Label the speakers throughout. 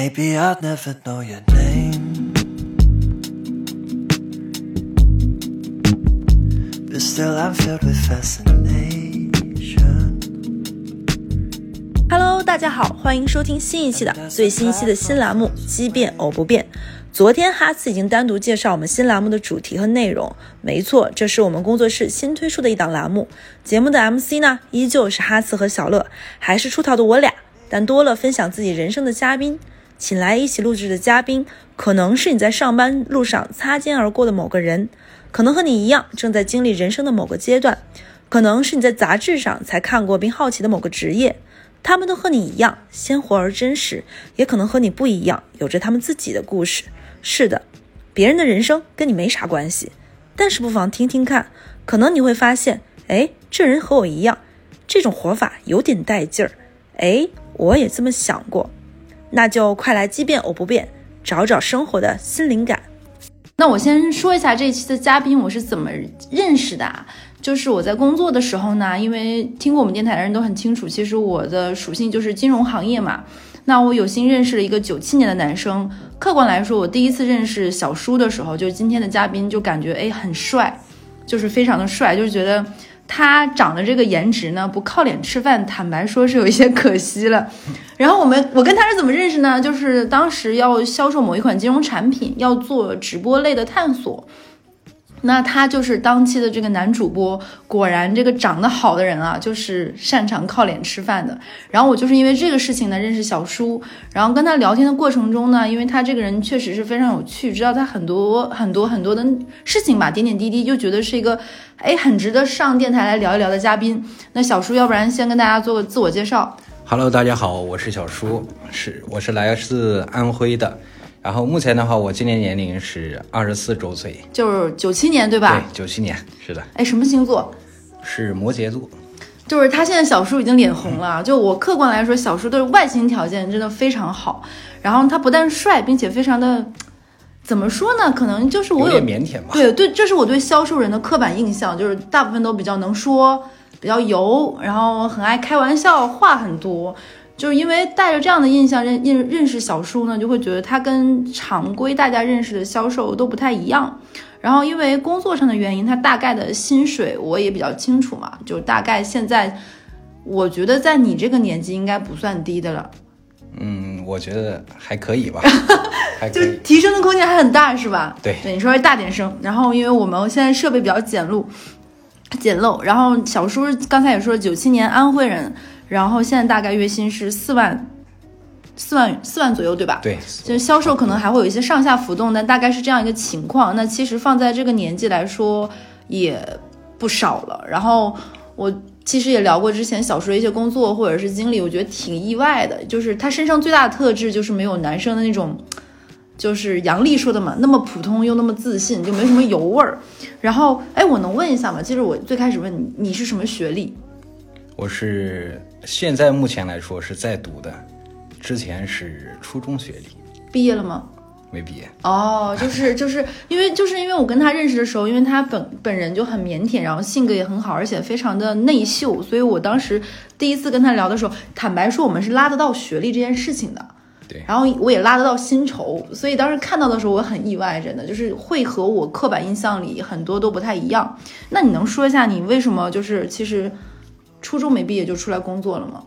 Speaker 1: Maybe I'd never know your name. But still, I'm filled with fascination.
Speaker 2: Hello，大家好，欢迎收听新一期的最新一期的新栏目《奇变偶不变》。昨天哈斯已经单独介绍我们新栏目的主题和内容，没错，这是我们工作室新推出的一档栏目。节目的 MC 呢，依旧是哈斯和小乐，还是出逃的我俩，但多了分享自己人生的嘉宾。请来一起录制的嘉宾，可能是你在上班路上擦肩而过的某个人，可能和你一样正在经历人生的某个阶段，可能是你在杂志上才看过并好奇的某个职业。他们都和你一样鲜活而真实，也可能和你不一样，有着他们自己的故事。是的，别人的人生跟你没啥关系，但是不妨听听看，可能你会发现，哎，这人和我一样，这种活法有点带劲儿。哎，我也这么想过，那就快来激变偶不变，找找生活的新灵感。
Speaker 3: 那我先说一下这一期的嘉宾我是怎么认识的啊？就是我在工作的时候呢，因为听过我们电台的人都很清楚，其实我的属性就是金融行业嘛。那我有幸认识了一个九七年的男生，客观来说，我第一次认识小叔的时候，就是今天的嘉宾，就感觉哎很帅，就是非常的帅，就是觉得他长的这个颜值呢，不靠脸吃饭，坦白说是有一些可惜了。然后我们我跟他是怎么认识呢？就是当时要销售某一款金融产品，要做直播类的探索。那他就是当期的这个男主播，果然这个长得好的人啊，就是擅长靠脸吃饭的。然后我就是因为这个事情呢认识小叔，然后跟他聊天的过程中呢，因为他这个人确实是非常有趣，知道他很多很多很多的事情吧，点点滴滴，就觉得是一个哎很值得上电台来聊一聊的嘉宾。那小叔，要不然先跟大家做个自我介绍。
Speaker 4: Hello，大家好，我是小叔，是我是来自安徽的。然后目前的话，我今年年龄是二十四周岁，
Speaker 3: 就是九七年对吧？
Speaker 4: 对，九七年，是的，
Speaker 3: 哎，什么星座？
Speaker 4: 是摩羯座。
Speaker 3: 就是他现在小叔已经脸红 了，就我客观来说，小叔的外形条件真的非常好，然后他不但帅，并且非常的，怎么说呢？可能就是我有
Speaker 4: 点腼腆吧。
Speaker 3: 对对，这是我对销售人的刻板印象，就是大部分都比较能说，比较油，然后很爱开玩笑，话很多。就是因为带着这样的印象认认认识小叔呢，就会觉得他跟常规大家认识的销售都不太一样。然后因为工作上的原因，他大概的薪水我也比较清楚嘛，就大概现在，我觉得在你这个年纪应该不算低的了，
Speaker 4: 嗯，我觉得还 可以吧，还
Speaker 3: 就
Speaker 4: 可以。
Speaker 3: 提升的空间还很大，是吧？
Speaker 4: 对
Speaker 3: 对，你稍微大点声。然后因为我们现在设备比较简陋，简陋。然后小叔刚才也说了，九七年安徽人，然后现在大概月薪是四万，四万四万左右，对吧？
Speaker 4: 对，
Speaker 3: 就是销售可能还会有一些上下浮动，但大概是这样一个情况。那其实放在这个年纪来说也不少了。然后我其实也聊过之前小叔的一些工作或者是经历，我觉得挺意外的。就是他身上最大的特质就是没有男生的那种，就是杨笠说的嘛，那么普通又那么自信，就没什么油味儿。然后，哎，我能问一下吗？其实我最开始问你，你是什么学历？
Speaker 4: 我是现在目前来说是在读的，之前是初中学历，
Speaker 3: 毕业了吗？
Speaker 4: 没毕业。
Speaker 3: 哦，就是就是因为就是因为我跟他认识的时候，因为他本本人就很腼腆，然后性格也很好，而且非常的内秀，所以我当时第一次跟他聊的时候，坦白说我们是拉得到学历这件事情的，
Speaker 4: 对
Speaker 3: 然后我也拉得到薪酬，所以当时看到的时候我很意外，真的就是会和我刻板印象里很多都不太一样。那你能说一下你为什么就是其实初中没毕业就出来工作了吗？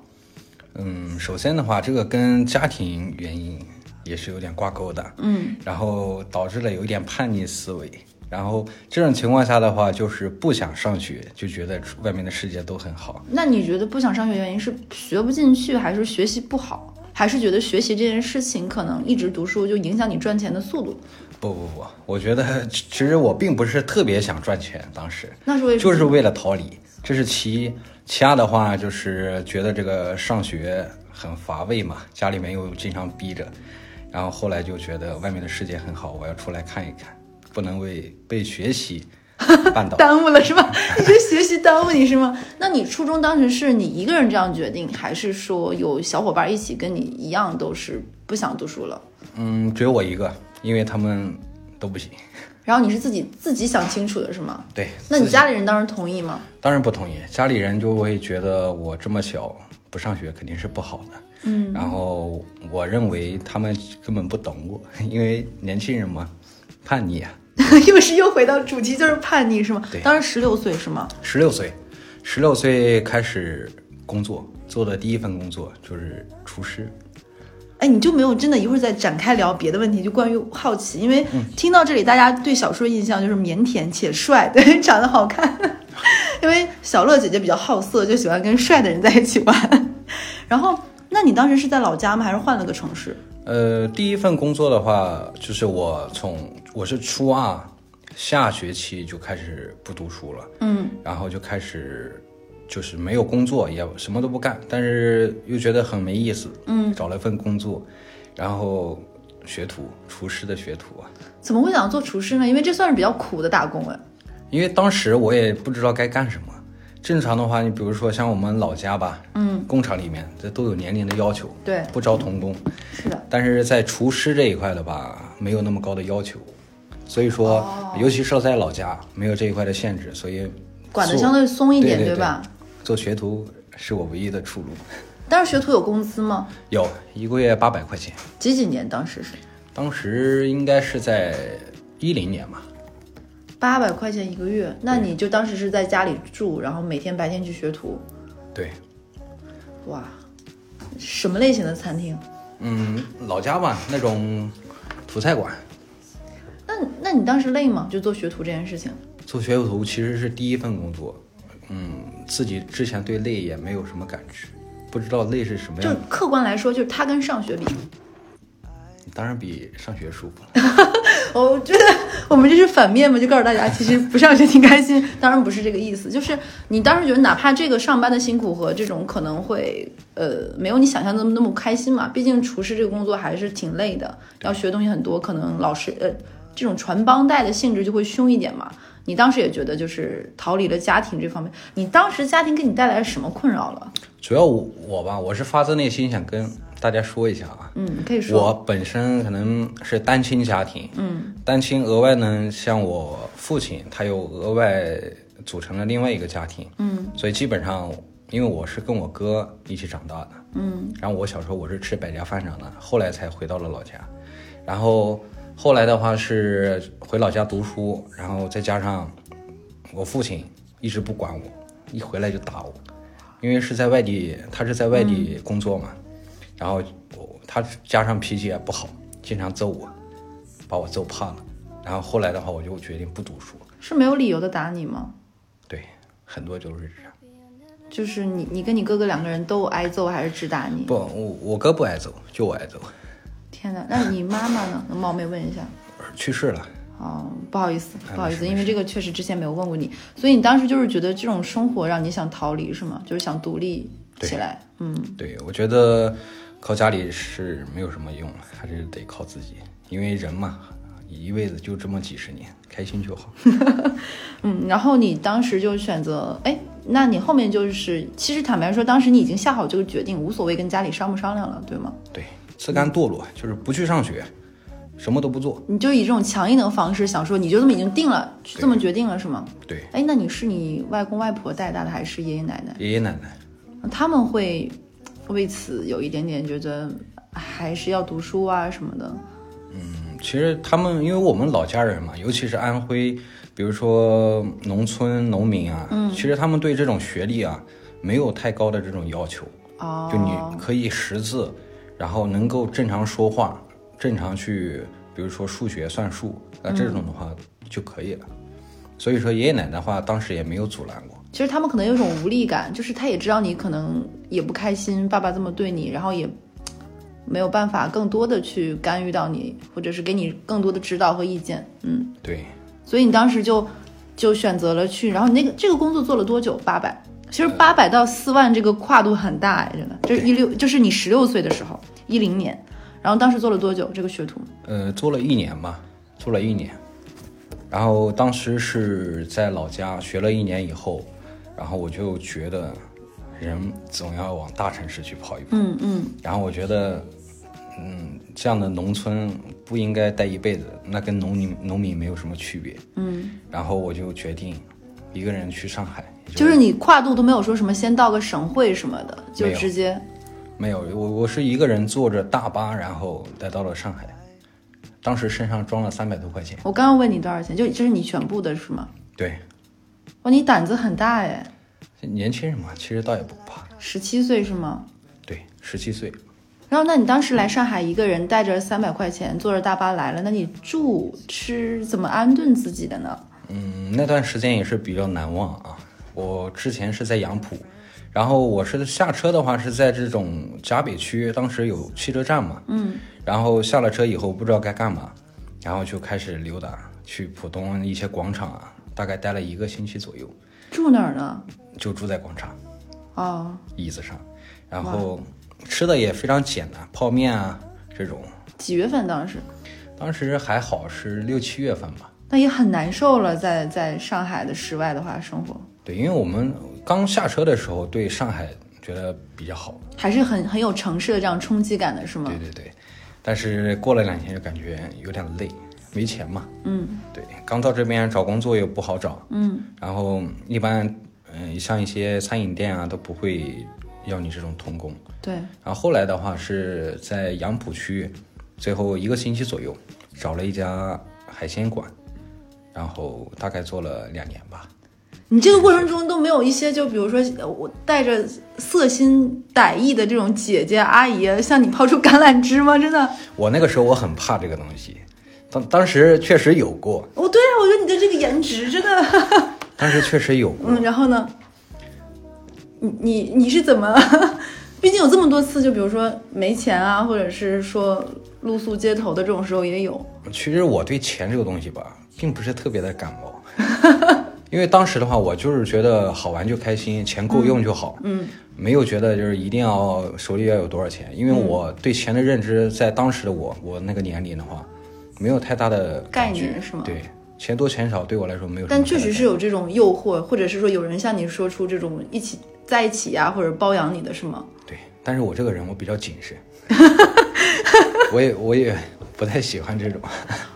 Speaker 4: 嗯，首先的话，这个跟家庭原因也是有点挂钩的。
Speaker 3: 嗯，
Speaker 4: 然后导致了有一点叛逆思维。然后这种情况下的话，就是不想上学，就觉得外面的世界都很好。
Speaker 3: 那你觉得不想上学原因是学不进去，还是学习不好，还是觉得学习这件事情可能一直读书就影响你赚钱的速度？
Speaker 4: 不不不，我觉得其其实我并不是特别想赚钱，当时
Speaker 3: 那是为什么？
Speaker 4: 就是为了逃离，这是其一。其二的话，就是觉得这个上学很乏味嘛，家里面又经常逼着，然后后来就觉得外面的世界很好，我要出来看一看，不能为被学习 绊倒。
Speaker 3: 耽误了是吧？你觉得学习耽误你是吗？那你初中当时是你一个人这样决定，还是说有小伙伴一起跟你一样都是不想读书了？
Speaker 4: 嗯，只有我一个，因为他们都不行。
Speaker 3: 然后你是自己自己想清楚的是吗？
Speaker 4: 对，
Speaker 3: 那你
Speaker 4: 自己
Speaker 3: 家里人当时同意吗？
Speaker 4: 当然不同意，家里人就会觉得我这么小不上学肯定是不好的，嗯，然后我认为他们根本不懂我，因为年轻人嘛，叛逆啊，
Speaker 3: 又是又回到主题，就是叛逆是吗？
Speaker 4: 对
Speaker 3: 当时十六岁是吗？
Speaker 4: 十六岁，十六岁开始工作，做的第一份工作就是厨师。
Speaker 3: 哎，你就没有真的一会儿再展开聊别的问题，就关于好奇，因为听到这里，大家对小叔的印象就是腼腆且帅， 对，长得好看。因为小乐姐姐比较好色，就喜欢跟帅的人在一起玩。 然后，那你当时是在老家吗？还是换了个城市？
Speaker 4: 呃，第一份工作的话，就是我从我是初二下学期就开始不读书了，
Speaker 3: 嗯，
Speaker 4: 然后就开始就是没有工作，也什么都不干，但是又觉得很没意思，嗯，找了一份工作，然后学徒，厨师的学徒啊，
Speaker 3: 怎么会想做厨师呢？因为这算是比较苦的打工哎。
Speaker 4: 因为当时我也不知道该干什么。正常的话，你比如说像我们老家吧，嗯，工厂里面这都有年龄的要求，
Speaker 3: 对
Speaker 4: 不招童工，
Speaker 3: 是的，
Speaker 4: 但是在厨师这一块的吧，没有那么高的要求，所以说，
Speaker 3: 哦
Speaker 4: 尤其是在老家，没有这一块的限制，所以
Speaker 3: 管得
Speaker 4: 做
Speaker 3: 相对松一点
Speaker 4: 对
Speaker 3: 对吧？
Speaker 4: 做学徒是我唯一的出路，
Speaker 3: 当时学徒有工资吗？
Speaker 4: 有一个月八百块钱，
Speaker 3: 几几年？当时是
Speaker 4: 当时应该是在一零年吧，
Speaker 3: 八百块钱一个月。那你就当时是在家里住，然后每天白天去学徒。
Speaker 4: 对，
Speaker 3: 哇，什么类型的餐厅？
Speaker 4: 嗯，老家吧那种土菜馆，
Speaker 3: 那那你当时累吗？就做学徒这件事情？
Speaker 4: 做学徒其实是第一份工作，嗯，自己之前对累也没有什么感知，不知道累是什么
Speaker 3: 就
Speaker 4: 样
Speaker 3: 是
Speaker 4: 的，
Speaker 3: 客观来说，就是它跟上学比，
Speaker 4: 当然比上学舒服了。
Speaker 3: 哦我觉得我们这是反面嘛，就告诉大家，其实不上学挺开心。当然不是这个意思，就是你当时觉得，哪怕这个上班的辛苦和这种可能会呃没有你想象那么那么开心嘛，毕竟厨师这个工作还是挺累的，要学东西很多，可能老师呃这种传帮带的性质就会凶一点嘛。你当时也觉得就是逃离了家庭这方面，你当时家庭给你带来了什么困扰了？
Speaker 4: 主要我我吧，我是发自内心想跟大家说一下啊，
Speaker 3: 嗯，你可以说。
Speaker 4: 我本身可能是单亲家庭，嗯，单亲额外呢，像我父亲他又额外组成了另外一个家庭，嗯，所以基本上因为我是跟我哥一起长大的，嗯，然后我小时候我是吃百家饭长的，后来才回到了老家，然后后来的话是回老家读书，然后再加上我父亲一直不管我，一回来就打我，因为是在外地，他是在外地工作嘛，然后我他加上脾气也不好，经常揍我，把我揍怕了。然后后来的话，我就决定不读书。
Speaker 3: 是没有理由的打你吗？
Speaker 4: 对，很多就是这样。
Speaker 3: 就是你你跟你哥哥两个人都挨揍，还是只打你
Speaker 4: 不，？我我哥不挨揍，就我挨揍。
Speaker 3: 天哪！那你妈妈呢？能冒昧问一下？
Speaker 4: 去世了，
Speaker 3: 哦，不好意思，
Speaker 4: 哎
Speaker 3: 不好意
Speaker 4: 没
Speaker 3: 思，
Speaker 4: 事
Speaker 3: 因为这个确实之前没有问过你，所以你当时就是觉得这种生活让你想逃离是吗？就是想独立起来，嗯，
Speaker 4: 对我觉得靠家里是没有什么用，还是得靠自己。因为人嘛，一辈子就这么几十年，开心就好。
Speaker 3: 嗯，然后你当时就选择，哎，那你后面就是，其实坦白说，当时你已经下好这个决定，无所谓跟家里商不商量了，对吗？
Speaker 4: 对，自甘堕落就是不去上学，什么都不做。
Speaker 3: 你就以这种强硬的方式想说，你就这么已经定了，就这么决定了是吗？
Speaker 4: 对，
Speaker 3: 哎，那你是你外公外婆带大的，还是爷爷奶奶？
Speaker 4: 爷爷奶奶，
Speaker 3: 他们会为此有一点点觉得还是要读书啊什么的。
Speaker 4: 嗯，其实他们因为我们老家人嘛，尤其是安徽，比如说农村农民啊，其实他们对这种学历啊，没有太高的这种要求，
Speaker 3: 哦，
Speaker 4: 就你可以识字，然后能够正常说话，正常去，比如说数学算术，那这种的话就可以了。所以说爷爷奶奶的话，当时也没有阻拦过。
Speaker 3: 其实他们可能有种无力感，就是他也知道你可能也不开心，爸爸这么对你，然后也没有办法更多的去干预到你，或者是给你更多的指导和意见。嗯，
Speaker 4: 对，
Speaker 3: 所以你当时就就选择了去，然后你那个这个工作做了多久？八百。其实八百到四万这个跨度很大哎，真的，这是一六，就是你十六岁的时候，一零年，然后当时做了多久这个学徒？
Speaker 4: 呃，做了一年吧，做了一年，然后当时是在老家学了一年以后，然后我就觉得人总要往大城市去跑一跑，
Speaker 3: 嗯嗯，
Speaker 4: 然后我觉得，嗯，这样的农村不应该待一辈子，那跟农民农民没有什么区别，嗯，然后我就决定一个人去上海，
Speaker 3: 就是你跨度都没有说什么先到个省会什么的，就
Speaker 4: 没有
Speaker 3: 直接
Speaker 4: 没有，我我是一个人坐着大巴，然后来到了上海，当时身上装了三百多块钱。
Speaker 3: 我刚刚问你多少钱，就这是你全部的是吗？
Speaker 4: 对，
Speaker 3: 哇，你胆子很大哎，
Speaker 4: 年轻人嘛，其实倒也不怕。
Speaker 3: 十七岁是吗？
Speaker 4: 对，十七岁，
Speaker 3: 然后，那你当时来上海，一个人带着三百块钱，坐着大巴来了，那你住吃怎么安顿自己的呢？
Speaker 4: 嗯，那段时间也是比较难忘啊。我之前是在杨浦，然后我是下车的话是在这种闸北区，当时有汽车站嘛，嗯，然后下了车以后不知道该干嘛，然后就开始溜达，去浦东一些广场啊，大概待了一个星期左右，
Speaker 3: 住哪儿呢？
Speaker 4: 就住在广场
Speaker 3: 哦，
Speaker 4: 椅子上，然后吃的也非常简单，泡面啊这种，
Speaker 3: 几月份当时？
Speaker 4: 当时还好是六七月份吧，
Speaker 3: 那也很难受了，在在上海的室外的话，生活
Speaker 4: 对，因为我们刚下车的时候对上海觉得比较好。
Speaker 3: 还是很很有城市的这样冲击感的，是吗
Speaker 4: 对？对对，但是过了两天就感觉有点累，没钱嘛。
Speaker 3: 嗯
Speaker 4: 对，刚到这边找工作又不好找，
Speaker 3: 嗯，
Speaker 4: 然后一般嗯、像一些餐饮店啊都不会要你这种童工。
Speaker 3: 对，
Speaker 4: 然后后来的话是在杨浦区，最后一个星期左右找了一家海鲜馆，然后大概做了两年吧。
Speaker 3: 你这个过程中都没有一些，就比如说呃我带着色心歹意的这种姐姐阿姨向你抛出橄榄枝吗？真的，
Speaker 4: 我那个时候我很怕这个东西，当当时确实有过，
Speaker 3: 哦，对啊，我觉得你的这个颜值真的。
Speaker 4: 当时确实有过。
Speaker 3: 嗯，然后呢？你你你是怎么？ 毕竟有这么多次，就比如说没钱啊，或者是说露宿街头的这种时候也有。
Speaker 4: 其实我对钱这个东西吧，并不是特别的感冒， 因为当时的话，我就是觉得好玩就开心，钱够用就好，嗯，没有觉得就是一定要手里要有多少钱，因为我对钱的认知，在当时的我，我那个年龄的话，没有太大的感觉
Speaker 3: 概念是吗
Speaker 4: 对，钱多钱少对我来说没有什么太大
Speaker 3: 但
Speaker 4: 的感觉，
Speaker 3: 确实是有这种诱惑，或者是说有人向你说出这种一起在一起啊，或者包养你的是吗？
Speaker 4: 对，但是我这个人我比较谨慎，我也我也不太喜欢这种，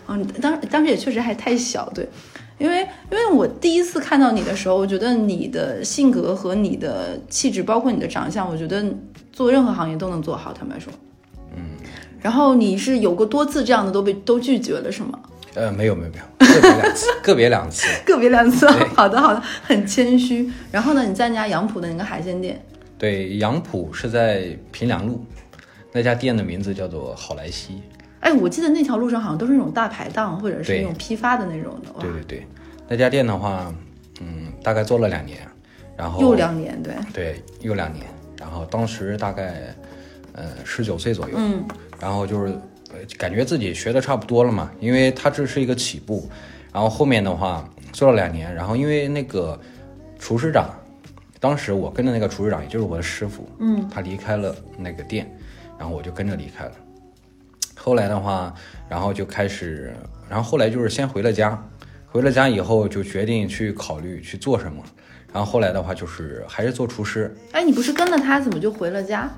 Speaker 3: 嗯，当当时也确实还太小，对，因为因为我第一次看到你的时候，我觉得你的性格和你的气质，包括你的长相，我觉得做任何行业都能做好，坦白说。嗯。然后你是有过多次这样的都被都拒绝了是吗？
Speaker 4: 呃，没有没有 没有，个别两次，个别两次。
Speaker 3: 个别两次，好的好的，很谦虚。然后呢，你在人家杨浦的那个海鲜店，
Speaker 4: 对，杨浦是在平凉路，那家店的名字叫做好来西。
Speaker 3: 哎，我记得那条路上好像都是那种大排档或者是
Speaker 4: 对
Speaker 3: 那种批发的那种的，哇，
Speaker 4: 对对对，那家店的话，嗯，大概做了两年，然后
Speaker 3: 又两年，对，
Speaker 4: 对又两年，然后当时大概呃十九岁左右，
Speaker 3: 嗯，
Speaker 4: 然后就是呃感觉自己学的差不多了嘛，因为它这是一个起步，然后后面的话做了两年，然后因为那个厨师长，当时我跟着那个厨师长，也就是我的师傅，嗯，他离开了那个店，然后我就跟着离开了。后来的话，然后就开始，然后后来就是先回了家，回了家以后就决定去考虑去做什么，然后后来的话就是还是做厨师，
Speaker 3: 哎，你不是跟了他，怎么就回了家？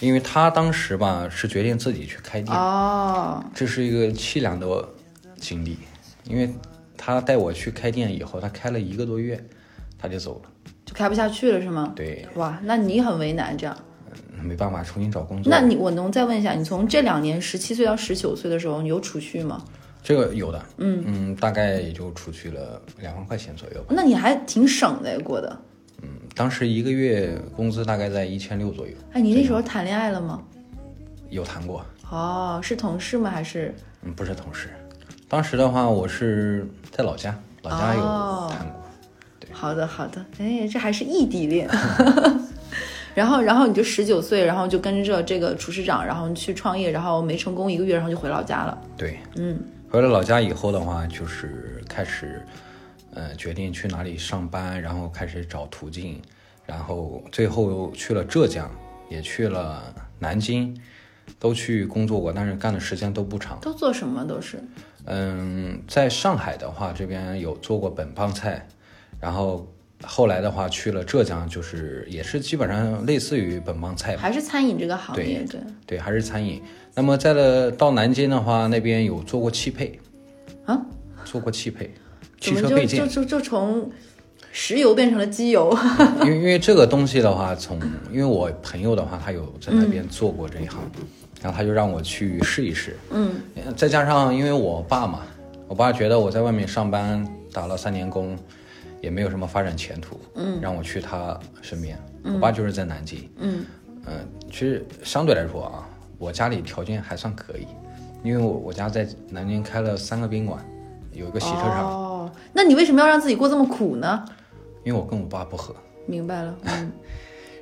Speaker 4: 因为他当时吧是决定自己去开店，
Speaker 3: 哦，
Speaker 4: 这是一个凄凉的经历，因为他带我去开店以后，他开了一个多月，他就走了，
Speaker 3: 就开不下去了是吗？
Speaker 4: 对，
Speaker 3: 哇，那你很为难这样。
Speaker 4: 没办法重新找工作。
Speaker 3: 那你我能再问一下，你从这两年十七岁到十九岁的时候，你有储蓄吗？
Speaker 4: 这个有的，嗯嗯，大概也就出去了两万块钱左右吧，
Speaker 3: 那你还挺省的过的。
Speaker 4: 嗯，当时一个月工资大概在一千六左右，
Speaker 3: 哎，你那时候谈恋爱了吗？
Speaker 4: 有谈过。
Speaker 3: 哦，是同事吗？还是
Speaker 4: 嗯，不是同事。当时的话，我是在老家，老家有
Speaker 3: 哦
Speaker 4: 谈过。
Speaker 3: 好的好的，哎，这还是异地恋。 然后，然后你就十九岁，然后就跟着这个厨师长，然后去创业，然后没成功一个月，然后就回老家了。
Speaker 4: 对，
Speaker 3: 嗯，
Speaker 4: 回了老家以后的话，就是开始，呃，决定去哪里上班，然后开始找途径，然后最后去了浙江，也去了南京，都去工作过，但是干的时间都不长。
Speaker 3: 都做什么都是，
Speaker 4: 嗯，在上海的话，这边有做过本帮菜，然后呃后来的话去了浙江，就是也是基本上类似于本帮菜吧。
Speaker 3: 还是餐饮这个行业？对
Speaker 4: 对，还是餐饮。那么在了到南京的话，那边有做过汽配，
Speaker 3: 啊，
Speaker 4: 做过汽配，
Speaker 3: 怎
Speaker 4: 汽
Speaker 3: 么
Speaker 4: 车
Speaker 3: 就
Speaker 4: 配
Speaker 3: 就
Speaker 4: 件。
Speaker 3: 就就从石油变成了机 油。哦
Speaker 4: 因为因为这个东西的话，从因为我朋友的话，他有在那边做过这一行，然后他就让我去试一试。
Speaker 3: 嗯，
Speaker 4: 再加上因为我爸嘛，我爸觉得我在外面上班打了三年工，也没有什么发展前途，嗯，让我去他身边。我爸就是在南京，
Speaker 3: 嗯
Speaker 4: 嗯、其实相对来说啊，我家里条件还算可以，因为我我家在南京开了三个宾馆，有一个洗车场，
Speaker 3: 哦，那你为什么要让自己过这么苦呢？
Speaker 4: 因为我跟我爸不合。
Speaker 3: 明白了，嗯，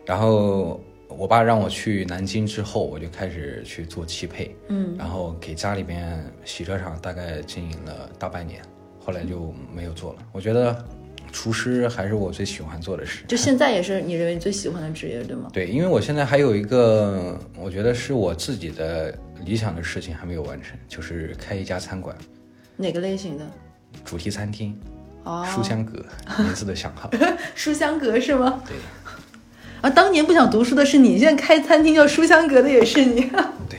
Speaker 4: 然后我爸让我去南京之后，我就开始去做汽配，嗯，然后给家里边洗车场大概经营了大半年，后来就没有做了。我觉得厨师还是我最喜欢做的事。
Speaker 3: 就现在也是你认为你最喜欢的职业，对吗？
Speaker 4: 对，因为我现在还有一个，我觉得是我自己的理想的事情还没有完成，就是开一家餐馆，
Speaker 3: 哪个类型的？
Speaker 4: 主题餐厅，
Speaker 3: 哦，
Speaker 4: 书香阁，名字都想好。
Speaker 3: 书香阁是吗？
Speaker 4: 对
Speaker 3: 啊，当年不想读书的是你，现在开餐厅叫书香阁的也是你。
Speaker 4: 对，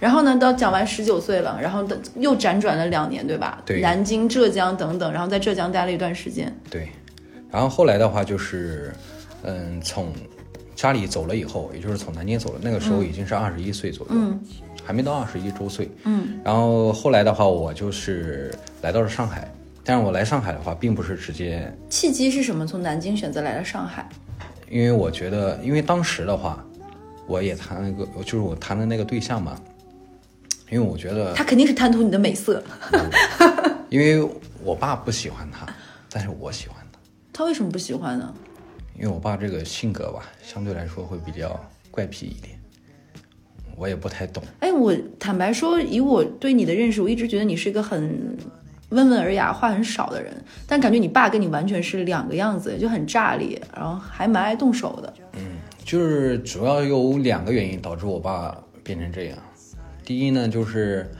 Speaker 3: 然后呢，到讲完十九岁了，然后等又辗转了两年，对吧？
Speaker 4: 对
Speaker 3: 南京、浙江等等，然后在浙江待了一段时间。
Speaker 4: 对，然后后来的话就是，嗯，从家里走了以后，也就是从南京走了，那个时候已经是二十一岁左右，嗯，还没到二十一周岁，嗯。然后后来的话，我就是来到了上海，但是我来上海的话，并不是直接，
Speaker 3: 契机是什么？从南京选择来了上海。
Speaker 4: 因为我觉得，因为当时的话，我也谈了一个，就是我谈的那个对象嘛，因为我觉得
Speaker 3: 他，肯定是贪图你的美色，
Speaker 4: 因为我爸不喜欢他，但是我喜欢他，
Speaker 3: 他为什么不喜欢呢？
Speaker 4: 因为我爸这个性格吧，相对来说会比较怪癖一点，我也不太懂。
Speaker 3: 哎，我坦白说，以我对你的认识，我一直觉得你是一个很温文尔雅、话很少的人，但感觉你爸跟你完全是两个样子，就很炸裂，然后还蛮爱动手的。
Speaker 4: 就是主要有两个原因导致我爸变成这样。第一呢，就是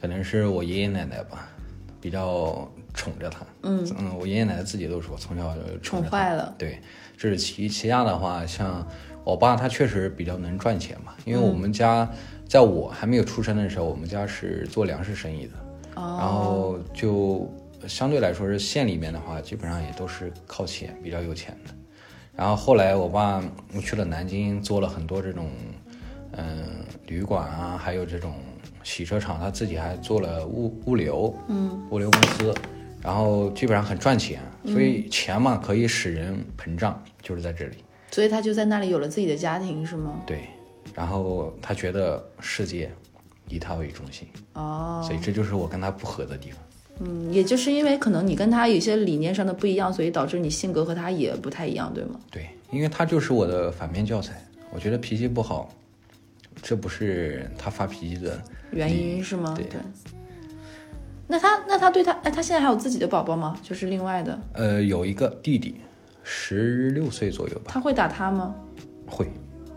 Speaker 4: 可能是我爷爷奶奶吧，比较宠着他。嗯我爷爷奶奶自己都说，从小就
Speaker 3: 宠
Speaker 4: 着他
Speaker 3: 坏了。
Speaker 4: 对，这是其一。其他的话，像我爸他确实比较能赚钱嘛，因为我们家在我还没有出生的时候，我们家是做粮食生意的，然后就相对来说是县里面的话，基本上也都是靠前比较有钱的。然后后来我爸嗯去了南京，做了很多这种，嗯、旅馆啊，还有这种洗车场，他自己还做了物物流，嗯，物流公司，然后基本上很赚钱，所以钱嘛可以使人膨胀，就是在这里，
Speaker 3: 所以他就在那里有了自己的家庭，是吗？
Speaker 4: 对。然后他觉得世界以他为中心，
Speaker 3: 哦，
Speaker 4: 所以这就是我跟他不合的地方。
Speaker 3: 嗯，也就是因为可能你跟他有些理念上的不一样，所以导致你性格和他也不太一样，对吗？
Speaker 4: 对，因为他就是我的反面教材，我觉得脾气不好，这不是他发脾气的
Speaker 3: 原因是吗？
Speaker 4: 对
Speaker 3: 那他那他对他哎，他现在还有自己的宝宝吗？就是另外的，
Speaker 4: 呃，有一个弟弟，十六岁左右吧，
Speaker 3: 他会打他吗？
Speaker 4: 会，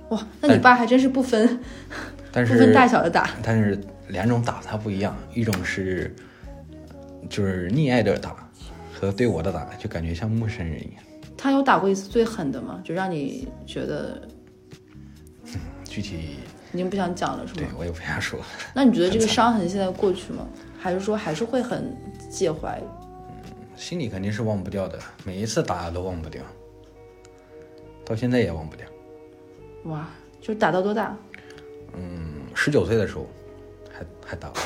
Speaker 3: 哇，那你爸还真是不分
Speaker 4: 哎但
Speaker 3: 不
Speaker 4: 是
Speaker 3: 分大小的打，
Speaker 4: 但是两种打他不一样，一种是就是溺爱的打，和对我的打就感觉像陌生人一样。
Speaker 3: 他有打过一次最狠的吗？就让你觉得
Speaker 4: 具体
Speaker 3: 已经不想讲了是
Speaker 4: 对
Speaker 3: 吗？
Speaker 4: 我也不想说了，
Speaker 3: 那你觉得这个伤痕现在过去吗？还是说还是会很介怀？
Speaker 4: 心里肯定是忘不掉的，每一次打都忘不掉，到现在也忘不掉。
Speaker 3: 哇，就打到多大？
Speaker 4: 嗯，十九岁的时候还还打过，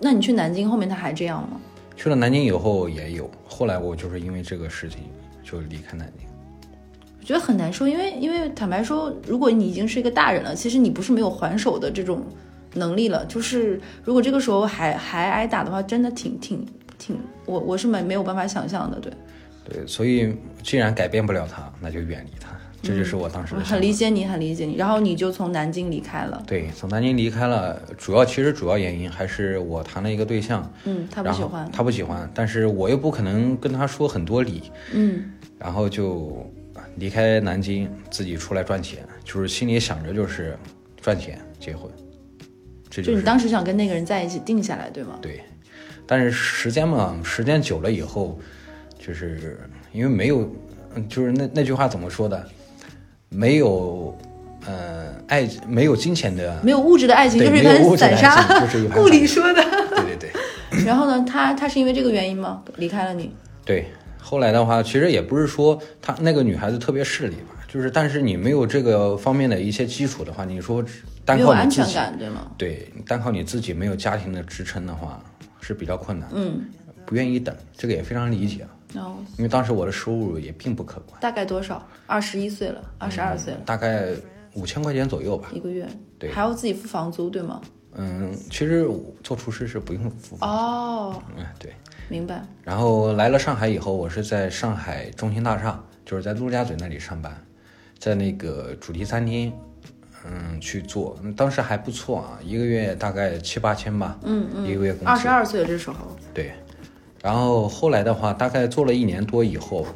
Speaker 3: 那你去南京后面他还这样吗？
Speaker 4: 去了南京以后也有，后来我就是因为这个事情就离开南京。
Speaker 3: 我觉得很难说，因为因为坦白说，如果你已经是一个大人了，其实你不是没有还手的这种能力了。就是如果这个时候还还挨打的话，真的挺挺挺，我我是没没有办法想象的，对，
Speaker 4: 对，呃所以既然改变不了他，那就远离他，这就是我当时
Speaker 3: 我
Speaker 4: 的想
Speaker 3: 哦
Speaker 4: 法。
Speaker 3: 很理解你，很理解你。然后你就从南京离开了，
Speaker 4: 对，从南京离开了，主要其实主要原因还是我谈了一个对象，
Speaker 3: 嗯，他不
Speaker 4: 然
Speaker 3: 喜
Speaker 4: 后
Speaker 3: 欢，
Speaker 4: 他不喜欢，但是我又不可能跟他说很多理，
Speaker 3: 嗯，
Speaker 4: 然后就离开南京，自己出来赚钱，就是心里想着就是赚钱结婚，这
Speaker 3: 就是你当时想跟那个人在一起定下来，对吗？
Speaker 4: 对，但是时间嘛，时间久了以后，就是因为没有，嗯就是那那句话怎么说的，没有，呃，爱没有金钱的
Speaker 3: 没有物质的爱情
Speaker 4: 对
Speaker 3: 就是一
Speaker 4: 没有
Speaker 3: 盘
Speaker 4: 物质的
Speaker 3: 散沙
Speaker 4: 爱 情就是一，盘
Speaker 3: 顾里
Speaker 4: 散
Speaker 3: 说的。
Speaker 4: 对对对
Speaker 3: 然后呢，他他是因为这个原因吗？离开了你？
Speaker 4: 对，后来的话，其实也不是说她那个女孩子特别势利吧，就是但是你没有这个方面的一些基础的话，你说单
Speaker 3: 没有
Speaker 4: 靠你
Speaker 3: 安
Speaker 4: 自
Speaker 3: 全
Speaker 4: 己，
Speaker 3: 感，对吗？
Speaker 4: 对，单靠你自己没有家庭的支撑的话是比较困难的。
Speaker 3: 嗯，
Speaker 4: 不愿意等，这个也非常理解啊，
Speaker 3: 然后
Speaker 4: 因为当时我的收入也并不可观，
Speaker 3: 大概多少？二十一岁了，二十二岁了，
Speaker 4: 大概五千块钱左右吧。
Speaker 3: 一个月，
Speaker 4: 嗯对
Speaker 3: 还要自己付房租，对吗？
Speaker 4: 嗯，其实我做厨师是不用付房
Speaker 3: 哦，
Speaker 4: 嗯，对。
Speaker 3: 明白。
Speaker 4: 然后来了上海以后，我是在上海中心大厦，就是在陆家嘴那里上班，在那个主题餐厅，嗯，去做，嗯当时还不错啊，一个月大概七八千吧，嗯嗯，一个月工资，
Speaker 3: 二十二岁这时候，
Speaker 4: 对，然后后来的话，大概做了一年多以后，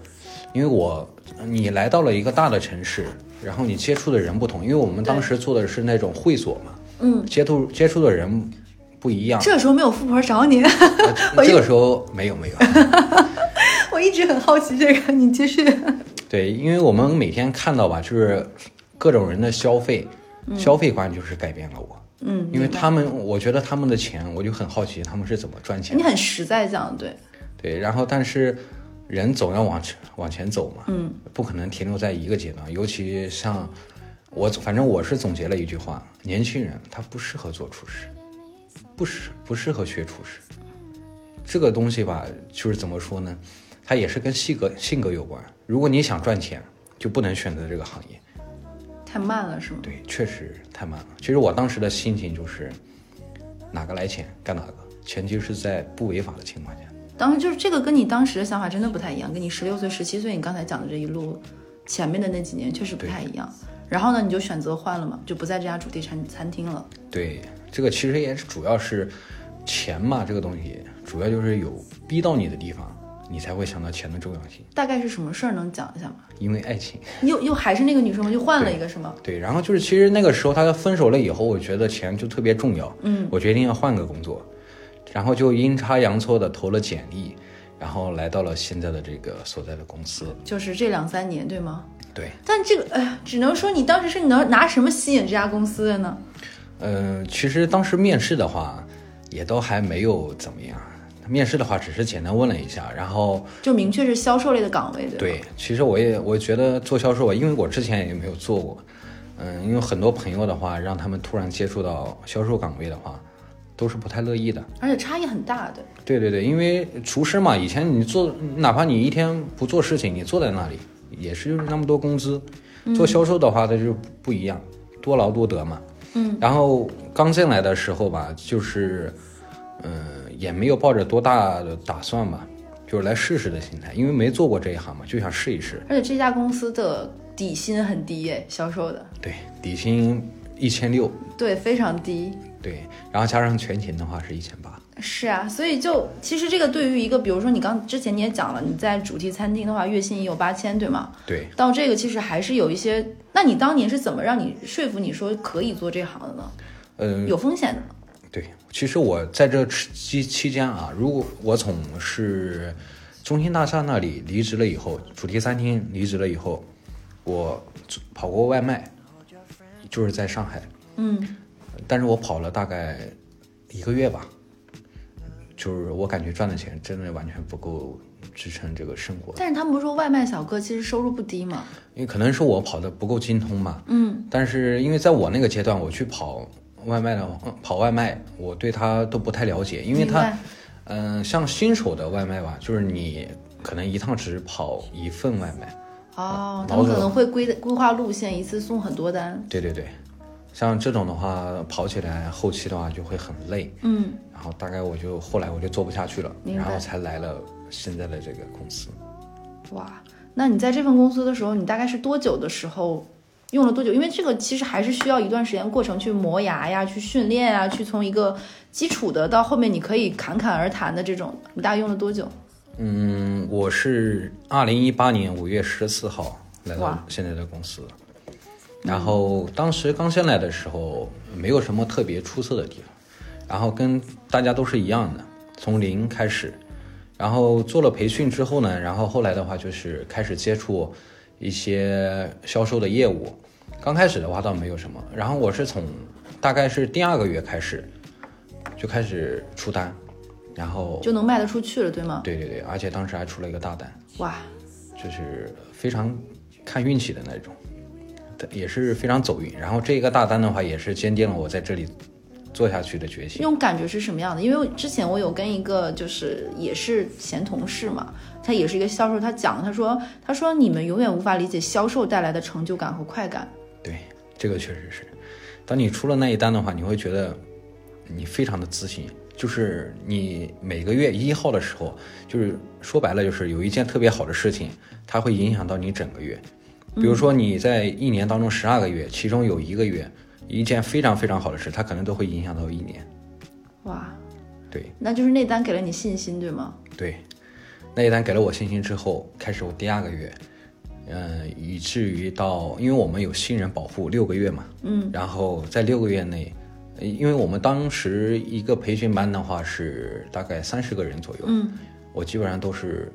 Speaker 4: 因为我呃你来到了一个大的城市，然后你接触的人不同，因为我们当时做的是那种会所嘛，嗯，接触接触的人不一样。
Speaker 3: 这时候没有富婆找你，
Speaker 4: 呃这个时候没有没有，
Speaker 3: 我一直很好奇这个，你 继续。
Speaker 4: 对，因为我们每天看到吧，就是各种人的消费，消费观就是改变了我。嗯，因为他们，我觉得他们的钱，我就很好奇他们是怎么赚钱
Speaker 3: 你
Speaker 4: 的。
Speaker 3: 很实在讲，对，
Speaker 4: 对，然后但是人总要往前往前走嘛，嗯，不可能停留在一个阶段，尤其像我，反正我是总结了一句话：年轻人他不适合做厨师，不适不适合学厨师。这个东西吧，就是怎么说呢，它也是跟性格性格有关。如果你想赚钱，就不能选择这个行业。
Speaker 3: 太慢了是吗？
Speaker 4: 对，确实太慢了。其实我当时的心情就是，哪个来钱干哪个，前提是在不违法的情况下。
Speaker 3: 当时就是这个跟你当时的想法真的不太一样，跟你十六岁、十七岁你刚才讲的这一路前面的那几年确实不太一样。然后呢，你就选择换了嘛，就不在这家主题餐餐厅了。
Speaker 4: 对，这个其实也是主要是钱嘛，这个东西主要就是有逼到你的地方，你才会想到钱的重要性，
Speaker 3: 大概是什么事儿能讲一下吗？
Speaker 4: 因为爱情。
Speaker 3: 又又还是那个女生吗？又换了一个是吗？
Speaker 4: 对，然后就是其实那个时候他分手了以后，我觉得钱就特别重要，嗯，我决定要换个工作，然后就阴差阳错的投了简历，然后来到了现在的这个所在的公司。
Speaker 3: 就是这两三年对吗？
Speaker 4: 对，
Speaker 3: 但这个，哎呀，只能说你当时是你能拿什么吸引这家公司的呢？
Speaker 4: 嗯、其实当时面试的话，也都还没有怎么样。面试的话，只是简单问了一下，然后
Speaker 3: 就明确是销售类的岗位，对吧？啊
Speaker 4: 对，其实我也我觉得做销售啊，因为我之前也没有做过，嗯，因为很多朋友的话，让他们突然接触到销售岗位的话，都是不太乐意的。
Speaker 3: 而且差异很大的。
Speaker 4: 对对对，因为厨师嘛，以前你做，哪怕你一天不做事情，你坐在那里也是就是那么多工资。做销售的话，它就不一样，多劳多得嘛。嗯。然后刚进来的时候吧，就是，嗯、也没有抱着多大的打算吧，就是来试试的心态，因为没做过这一行嘛，就想试一试。
Speaker 3: 而且这家公司的底薪很低诶，销售的，
Speaker 4: 对，底薪一千六，
Speaker 3: 对，非常低。
Speaker 4: 对，然后加上全勤的话是一千八，
Speaker 3: 是啊，所以就其实这个对于一个，比如说你刚之前你也讲了，你在主题餐厅的话，月薪也有八千，对吗？
Speaker 4: 对，
Speaker 3: 到这个其实还是有一些，那你当年是怎么让你说服你说可以做这行的呢？
Speaker 4: 嗯、
Speaker 3: 有风险的吗，
Speaker 4: 对，其实我在这期期间啊，如果我从是中心大厦那里离职了以后，主题餐厅离职了以后，我跑过外卖，就是在上海，
Speaker 3: 嗯，
Speaker 4: 但是我跑了大概一个月吧，就是我感觉赚的钱真的完全不够支撑这个生活的
Speaker 3: 但是他们不是说外卖小哥其实收入不低吗？
Speaker 4: 因为可能是我跑的不够精通嘛，
Speaker 3: 嗯，
Speaker 4: 但是因为在我那个阶段，我去跑外卖的嗯跑外卖，我对它都不太了解，因为
Speaker 3: 明
Speaker 4: 它
Speaker 3: 白，
Speaker 4: 嗯、像新手的外卖吧，就是你可能一趟只跑一份外卖，
Speaker 3: 哦，他
Speaker 4: 毛
Speaker 3: 们可
Speaker 4: 泽
Speaker 3: 能会规规划路线，一次送很多单。
Speaker 4: 对对对，像这种的话，跑起来后期的话就会很累，
Speaker 3: 嗯，
Speaker 4: 然后大概我就后来我就做不下去了，
Speaker 3: 明白
Speaker 4: 然后才来了现在的这个公司。
Speaker 3: 哇，那你在这份公司的时候，你大概是多久的时候用了多久？因为这个其实还是需要一段时间过程去磨牙呀，去训练呀，去从一个基础的到后面你可以侃侃而谈的这种，你大概用了多久？
Speaker 4: 嗯，我是二零一八年五月十四号来到
Speaker 3: 哇
Speaker 4: 现在的公司，然后当时刚进来的时候没有什么特别出色的地方，然后跟大家都是一样的，从零开始，然后做了培训之后呢，然后后来的话就是开始接触一些销售的业务，刚开始的话倒没有什么，然后我是从大概是第二个月开始就开始出单，然后
Speaker 3: 就能卖得出去了，对吗？
Speaker 4: 对对对，而且当时还出了一个大单，
Speaker 3: 哇，
Speaker 4: 就是非常看运气的那种，但也是非常走运。然后这个大单的话，也是坚定了我在这里做下去的决
Speaker 3: 那
Speaker 4: 心。
Speaker 3: 种感觉是什么样的？因为我之前我有跟一个就是也是前同事嘛，他也是一个销售，他讲他说他说你们永远无法理解销售带来的成就感和快感，
Speaker 4: 对，这个确实是。当你出了那一单的话，你会觉得你非常的自信，就是你每个月一号的时候，就是说白了就是有一件特别好的事情，它会影响到你整个月。比如说你在一年当中十二个月，其中有一个月一件非常非常好的事，它可能都会影响到一年。
Speaker 3: 哇，
Speaker 4: 对
Speaker 3: 那就是那单给了你信心，对吗？
Speaker 4: 对，那一单给了我信心之后，开始我第二个月，嗯、以至于到，因为我们有新人保护六个月嘛，嗯，然后在六个月内，呃因为我们当时一个培训班的话是大概三十个人左右，嗯，我基本上都是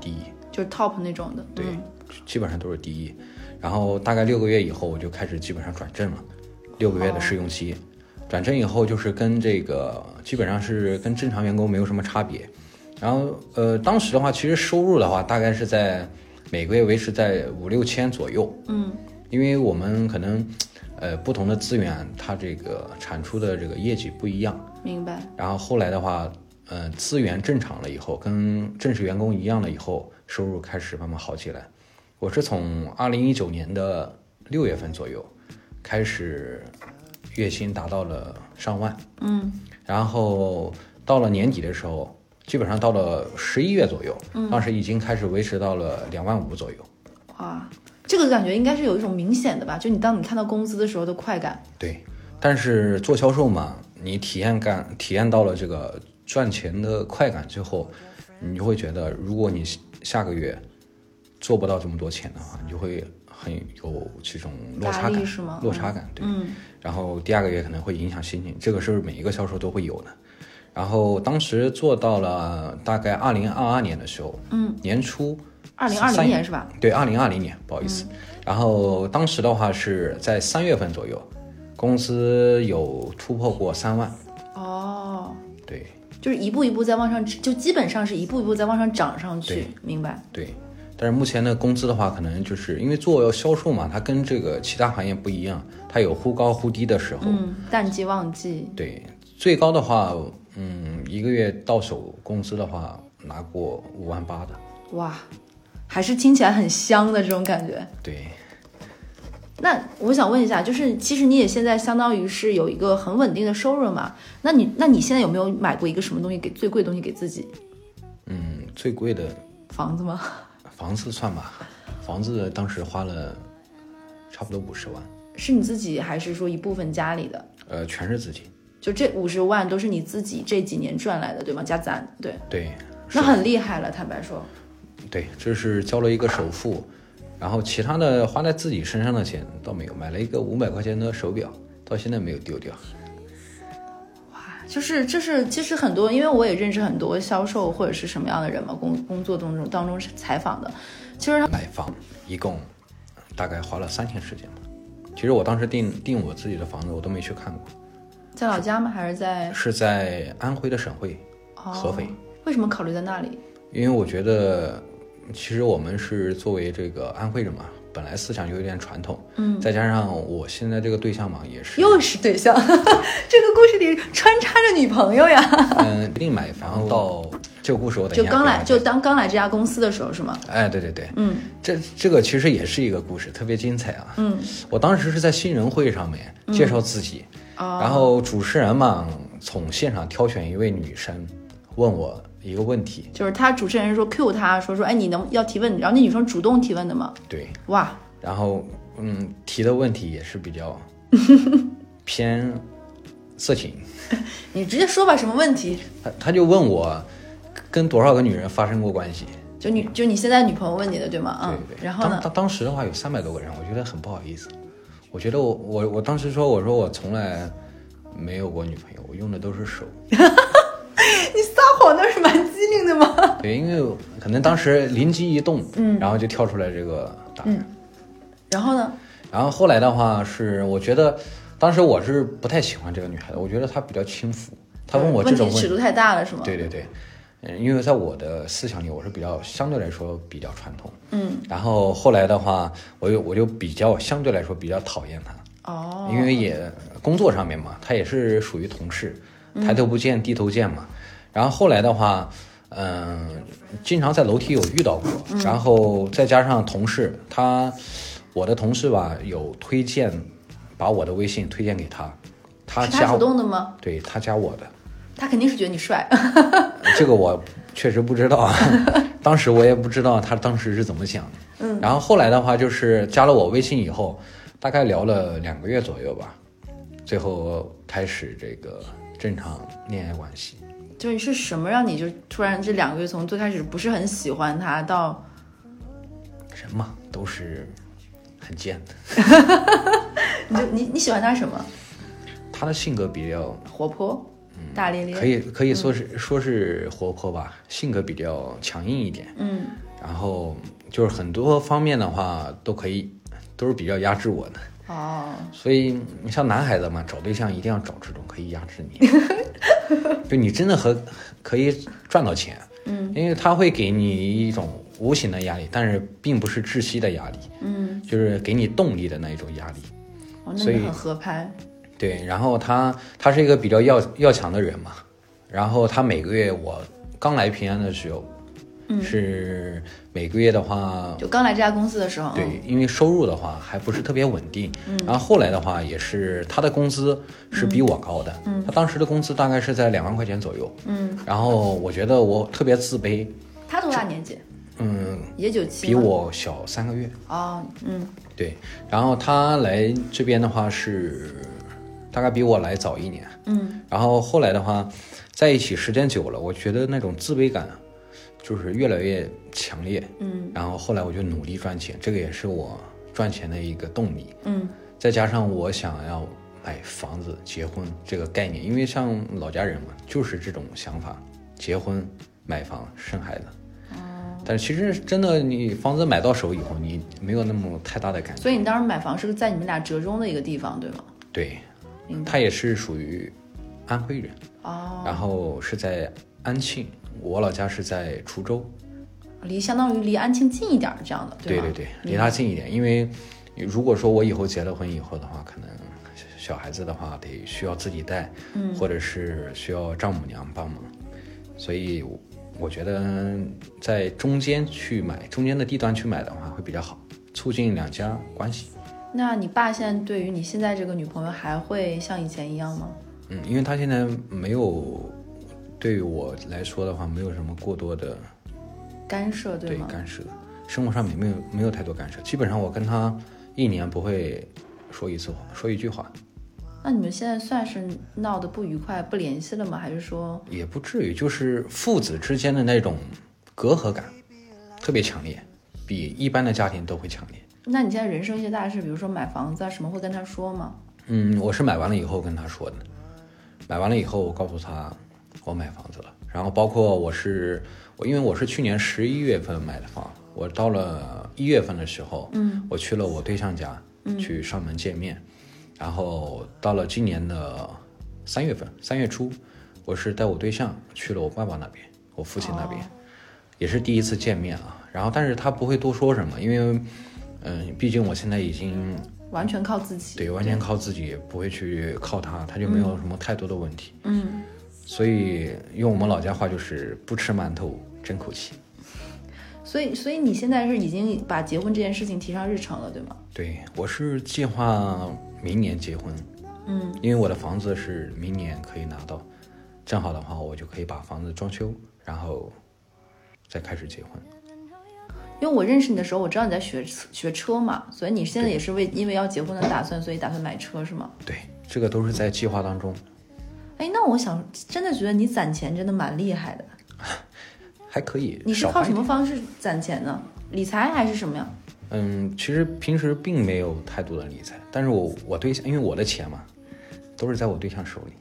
Speaker 4: 第一，
Speaker 3: 就是 top 那种的，
Speaker 4: 对，
Speaker 3: 嗯
Speaker 4: 基本上都是第一。然后大概六个月以后，我就开始基本上转正了，六个月的试用期。转正以后就是跟这个基本上是跟正常员工没有什么差别。然后呃，当时的话，其实收入的话，大概是在每个月维持在五六千左右。嗯，因为我们可能呃不同的资源，它这个产出的这个业绩不一样。
Speaker 3: 明白。
Speaker 4: 然后后来的话，呃，资源正常了以后，跟正式员工一样了以后，收入开始慢慢好起来。我是从二零一九年的六月份左右开始，月薪达到了上万，嗯，然后到了年底的时候，基本上到了十一月左右，当时已经开始维持到了两万五左右。
Speaker 3: 哇，这个感觉应该是有一种明显的吧？就你当你看到工资的时候的快感，
Speaker 4: 对，但是做销售嘛，你体验感体验到了这个赚钱的快感之后，你就会觉得，如果你下下个月做不到这么多钱的话，你就会很有这种落差
Speaker 3: 压力
Speaker 4: 感，
Speaker 3: 是吗嗯
Speaker 4: 落差感，对。然后第二个月可能会影响心情，这个是每一个销售都会有的。然后当时做到了大概二零二二年的时候，嗯，年初，
Speaker 3: 二零二零
Speaker 4: 三
Speaker 3: 年是吧？嗯
Speaker 4: 对，二零二零年，不好意思。然后当时的话是在三月份左右，公司有突破过三万，
Speaker 3: 哦，
Speaker 4: 对
Speaker 3: 就是一步一步在往上，就基本上是一步一步在往上涨上去
Speaker 4: 对，
Speaker 3: 明白？
Speaker 4: 对。但是目前的工资的话，可能就是因为做销售嘛，它跟这个其他行业不一样，它有忽高忽低的时候。
Speaker 3: 嗯，淡季旺季，
Speaker 4: 对，最高的话，嗯，一个月到手工资的话，拿过五万八的。
Speaker 3: 哇，还是听起来很香的这种感觉。
Speaker 4: 对，
Speaker 3: 那我想问一下，就是其实你也现在相当于是有一个很稳定的收入嘛？那你那你现在有没有买过一个什么东西给最贵的东西给自己？
Speaker 4: 嗯，最贵的
Speaker 3: 房子吗？
Speaker 4: 房子算吧，房子当时花了差不多五十万，
Speaker 3: 是你自己还是说一部分家里的？
Speaker 4: 呃，全是自己。
Speaker 3: 就这五十万都是你自己这几年赚来的，对吗？加攒，对，
Speaker 4: 对，
Speaker 3: 那很厉害了。坦白说，
Speaker 4: 对，这是交了一个首付，然后其他的花在自己身上的钱倒没有，买了一个五百块钱的手表，到现在没有丢掉。
Speaker 3: 就是这是其实很多，因为我也认识很多销售或者是什么样的人嘛，工工作当中当中采访的，其实他
Speaker 4: 买房一共大概花了三天时间吧。其实我当时定定我自己的房子，我都没去看过，
Speaker 3: 在老家吗？还是在
Speaker 4: 是在安徽的省会合肥
Speaker 3: 哦，为什么考虑在那里？
Speaker 4: 因为我觉得其实我们是作为这个安徽人嘛，本来思想就有点传统，嗯，再加上我现在这个对象嘛也是，
Speaker 3: 又是对象， 这个故事里穿插着女朋友呀。
Speaker 4: 嗯，决定买房到这个故事我等一
Speaker 3: 就
Speaker 4: 下
Speaker 3: 刚
Speaker 4: 可以
Speaker 3: 来，
Speaker 4: 再
Speaker 3: 就当刚来这家公司的时候是吗？
Speaker 4: 哎，对对对，嗯，这这个其实也是一个故事，特别精彩啊。嗯，我当时是在新人会上面
Speaker 3: 嗯
Speaker 4: 介绍自己，
Speaker 3: 哦
Speaker 4: 然后主持人嘛从现场挑选一位女生，问我一个问题，
Speaker 3: 就是他主持人说 Q 他说说，哎，你能要提问，然后那女生主动提问的嘛？
Speaker 4: 对，
Speaker 3: 哇，
Speaker 4: 然后嗯提的问题也是 比较偏色情，
Speaker 3: 你直接说吧，什么问题？
Speaker 4: 他他就问我跟多少个女人发生过关系，
Speaker 3: 就你就你现在女朋友问你的对吗？嗯，
Speaker 4: 对对对。
Speaker 3: 然后
Speaker 4: 当
Speaker 3: 呢？
Speaker 4: 当当时的话有三百多个人，我觉得很不好意思。我觉得我我我当时说我说我从来没有过女朋友，我用的都 是手。
Speaker 3: 你撒谎那是蛮机灵的 吗？
Speaker 4: 对，因为可能当时灵机一动，嗯，然后就跳出来这个答
Speaker 3: 嗯
Speaker 4: 案。
Speaker 3: 然后呢？
Speaker 4: 然后后来的话是，我觉得当时我是不太喜欢这个女孩子，我觉得她比较轻浮，他问我这
Speaker 3: 问
Speaker 4: 种
Speaker 3: 题
Speaker 4: 问
Speaker 3: 尺度太大了，是吗？
Speaker 4: 对对对，嗯，因为在我的思想里，我是比较相对来说比较传统，
Speaker 3: 嗯，
Speaker 4: 然后后来的话，我又我就比较相对来说比较讨厌他，
Speaker 3: 哦，
Speaker 4: 因为也工作上面嘛，他也是属于同事，
Speaker 3: 嗯
Speaker 4: 抬头不见低头见嘛。然后后来的话，嗯、经常在楼梯有遇到过，
Speaker 3: 嗯
Speaker 4: 然后再加上同事，他我的同事吧有推荐，把我的微信推荐给他，他
Speaker 3: 是他
Speaker 4: 加
Speaker 3: 主
Speaker 4: 我，
Speaker 3: 动的吗？
Speaker 4: 对他加我的。
Speaker 3: 他肯定是觉得你帅，
Speaker 4: 这个我确实不知道，啊当时我也不知道他当时是怎么想的。嗯，然后后来的话就是加了我微信以后，大概聊了两个月左右吧，最后开始这个正常恋爱关系。
Speaker 3: 就是是什么让你就突然这两个月从最开始不是很喜欢他到
Speaker 4: 人嘛，都是很贱的。
Speaker 3: 你就你你喜欢他什么？
Speaker 4: 他的性格比较
Speaker 3: 活泼，大咧咧，
Speaker 4: 嗯可以可以说是、说是活泼吧，性格比较强硬一点。
Speaker 3: 嗯，
Speaker 4: 然后就是很多方面的话都可以都是比较压制我的。
Speaker 3: 哦，
Speaker 4: 所以你像男孩子嘛，找对象一定要找这种可以压制 你的，就你真的和可以赚到钱，嗯，因为他会给你一种无形的压力，但是并不是窒息的压力，
Speaker 3: 嗯，
Speaker 4: 就是给你动力的那一种压力。
Speaker 3: 哦，那
Speaker 4: 所以
Speaker 3: 你很合拍，
Speaker 4: 对，然后他他是一个比较要要强的人嘛，然后他每个月我刚来平安的时候，嗯，是每个月的话
Speaker 3: 就刚来这家公司的时候，
Speaker 4: 对，因为收入的话还不是特别稳定，然后后来的话也是他的工资是比我高的，他当时的工资大概是在两万块钱左右，
Speaker 3: 嗯，
Speaker 4: 然后我觉得我特别自卑，
Speaker 3: 嗯，他多大年纪？
Speaker 4: 嗯，
Speaker 3: 也九七，
Speaker 4: 比我小三个月，
Speaker 3: 哦，嗯，
Speaker 4: 对，然后他来这边的话是大概比我来早一年，
Speaker 3: 嗯，
Speaker 4: 然后后来的话在一起时间久了，我觉得那种自卑感啊就是越来越强烈，
Speaker 3: 嗯，
Speaker 4: 然后后来我就努力赚钱，这个也是我赚钱的一个动力，
Speaker 3: 嗯，
Speaker 4: 再加上我想要买房子、结婚这个概念，因为像老家人嘛，就是这种想法，结婚、买房、生孩子。
Speaker 3: 哦
Speaker 4: 但是其实真的，你房子买到手以后，你没有那么太大的感觉。
Speaker 3: 所以你当时买房是在你们俩折中的一个地方，对吗？
Speaker 4: 对
Speaker 3: 明，白
Speaker 4: 他也是属于安徽人，
Speaker 3: 哦，
Speaker 4: 然后是在安庆，我老家是在滁州。
Speaker 3: 离相当于离安庆近一点儿这样的，
Speaker 4: 对
Speaker 3: 吧？
Speaker 4: 对对，离他近一点，因为如果说我以后结了婚以后的话，可能小孩子的话得需要自己带，或者是需要丈母娘帮忙，所以我我觉得在中间去买，中间的地段去买的话会比较好，促进两家关系。
Speaker 3: 那你爸现在对于你现在这个女朋友还会像以前一样吗？
Speaker 4: 嗯，因为他现在没有对于我来说的话，没有什么过多的
Speaker 3: 干涉
Speaker 4: 对
Speaker 3: 吗？
Speaker 4: 干涉，生活上面没有没有太多干涉，基本上我跟他一年不会说一次话，说一句话，
Speaker 3: 那你们现在算是闹得不愉快不联系了吗？还是说
Speaker 4: 也不至于，就是父子之间的那种隔阂感特别强烈，比一般的家庭都会强烈。
Speaker 3: 那你现在人生一些大事，比如说买房子啊什么，会跟他说吗？
Speaker 4: 嗯，我是买完了以后跟他说的，买完了以后我告诉他我买房子了，然后包括我是我因为我是去年十一月份买的房，我到了一月份的时候，嗯，我去了我对象家，去上门见面，然后到了今年的三月份，三月初，我是带我对象去了我爸爸那边，我父亲那边，也是第一次见面啊，然后但是他不会多说什么，因为。嗯，毕竟我现在已经
Speaker 3: 完全靠自己。
Speaker 4: 对，完全靠自己，不会去靠他，他就没有什么太多的问题。
Speaker 3: 嗯，
Speaker 4: 所以用我们老家话就是不吃馒头争口气。
Speaker 3: 所以所以你现在是已经把结婚这件事情提上日程了，对吗？
Speaker 4: 对我是计划明年结婚，
Speaker 3: 嗯，
Speaker 4: 因为我的房子是明年可以拿到，正好的话我就可以把房子装修，然后再开始结婚。
Speaker 3: 因为我认识你的时候，我知道你在学学车嘛，所以你现在也是为因为要结婚的打算，所以打算买车是吗？
Speaker 4: 对，这个都是在计划当中，
Speaker 3: 哎，那我想真的觉得你攒钱真的蛮厉害的。
Speaker 4: 还可以。
Speaker 3: 你是
Speaker 4: 少
Speaker 3: 靠
Speaker 4: 花一
Speaker 3: 什么
Speaker 4: 点？
Speaker 3: 方式攒钱呢？理财还是什么呀？
Speaker 4: 嗯，其实平时并没有太多的理财，但是我我对象，因为我的钱嘛，都是在我对象手里。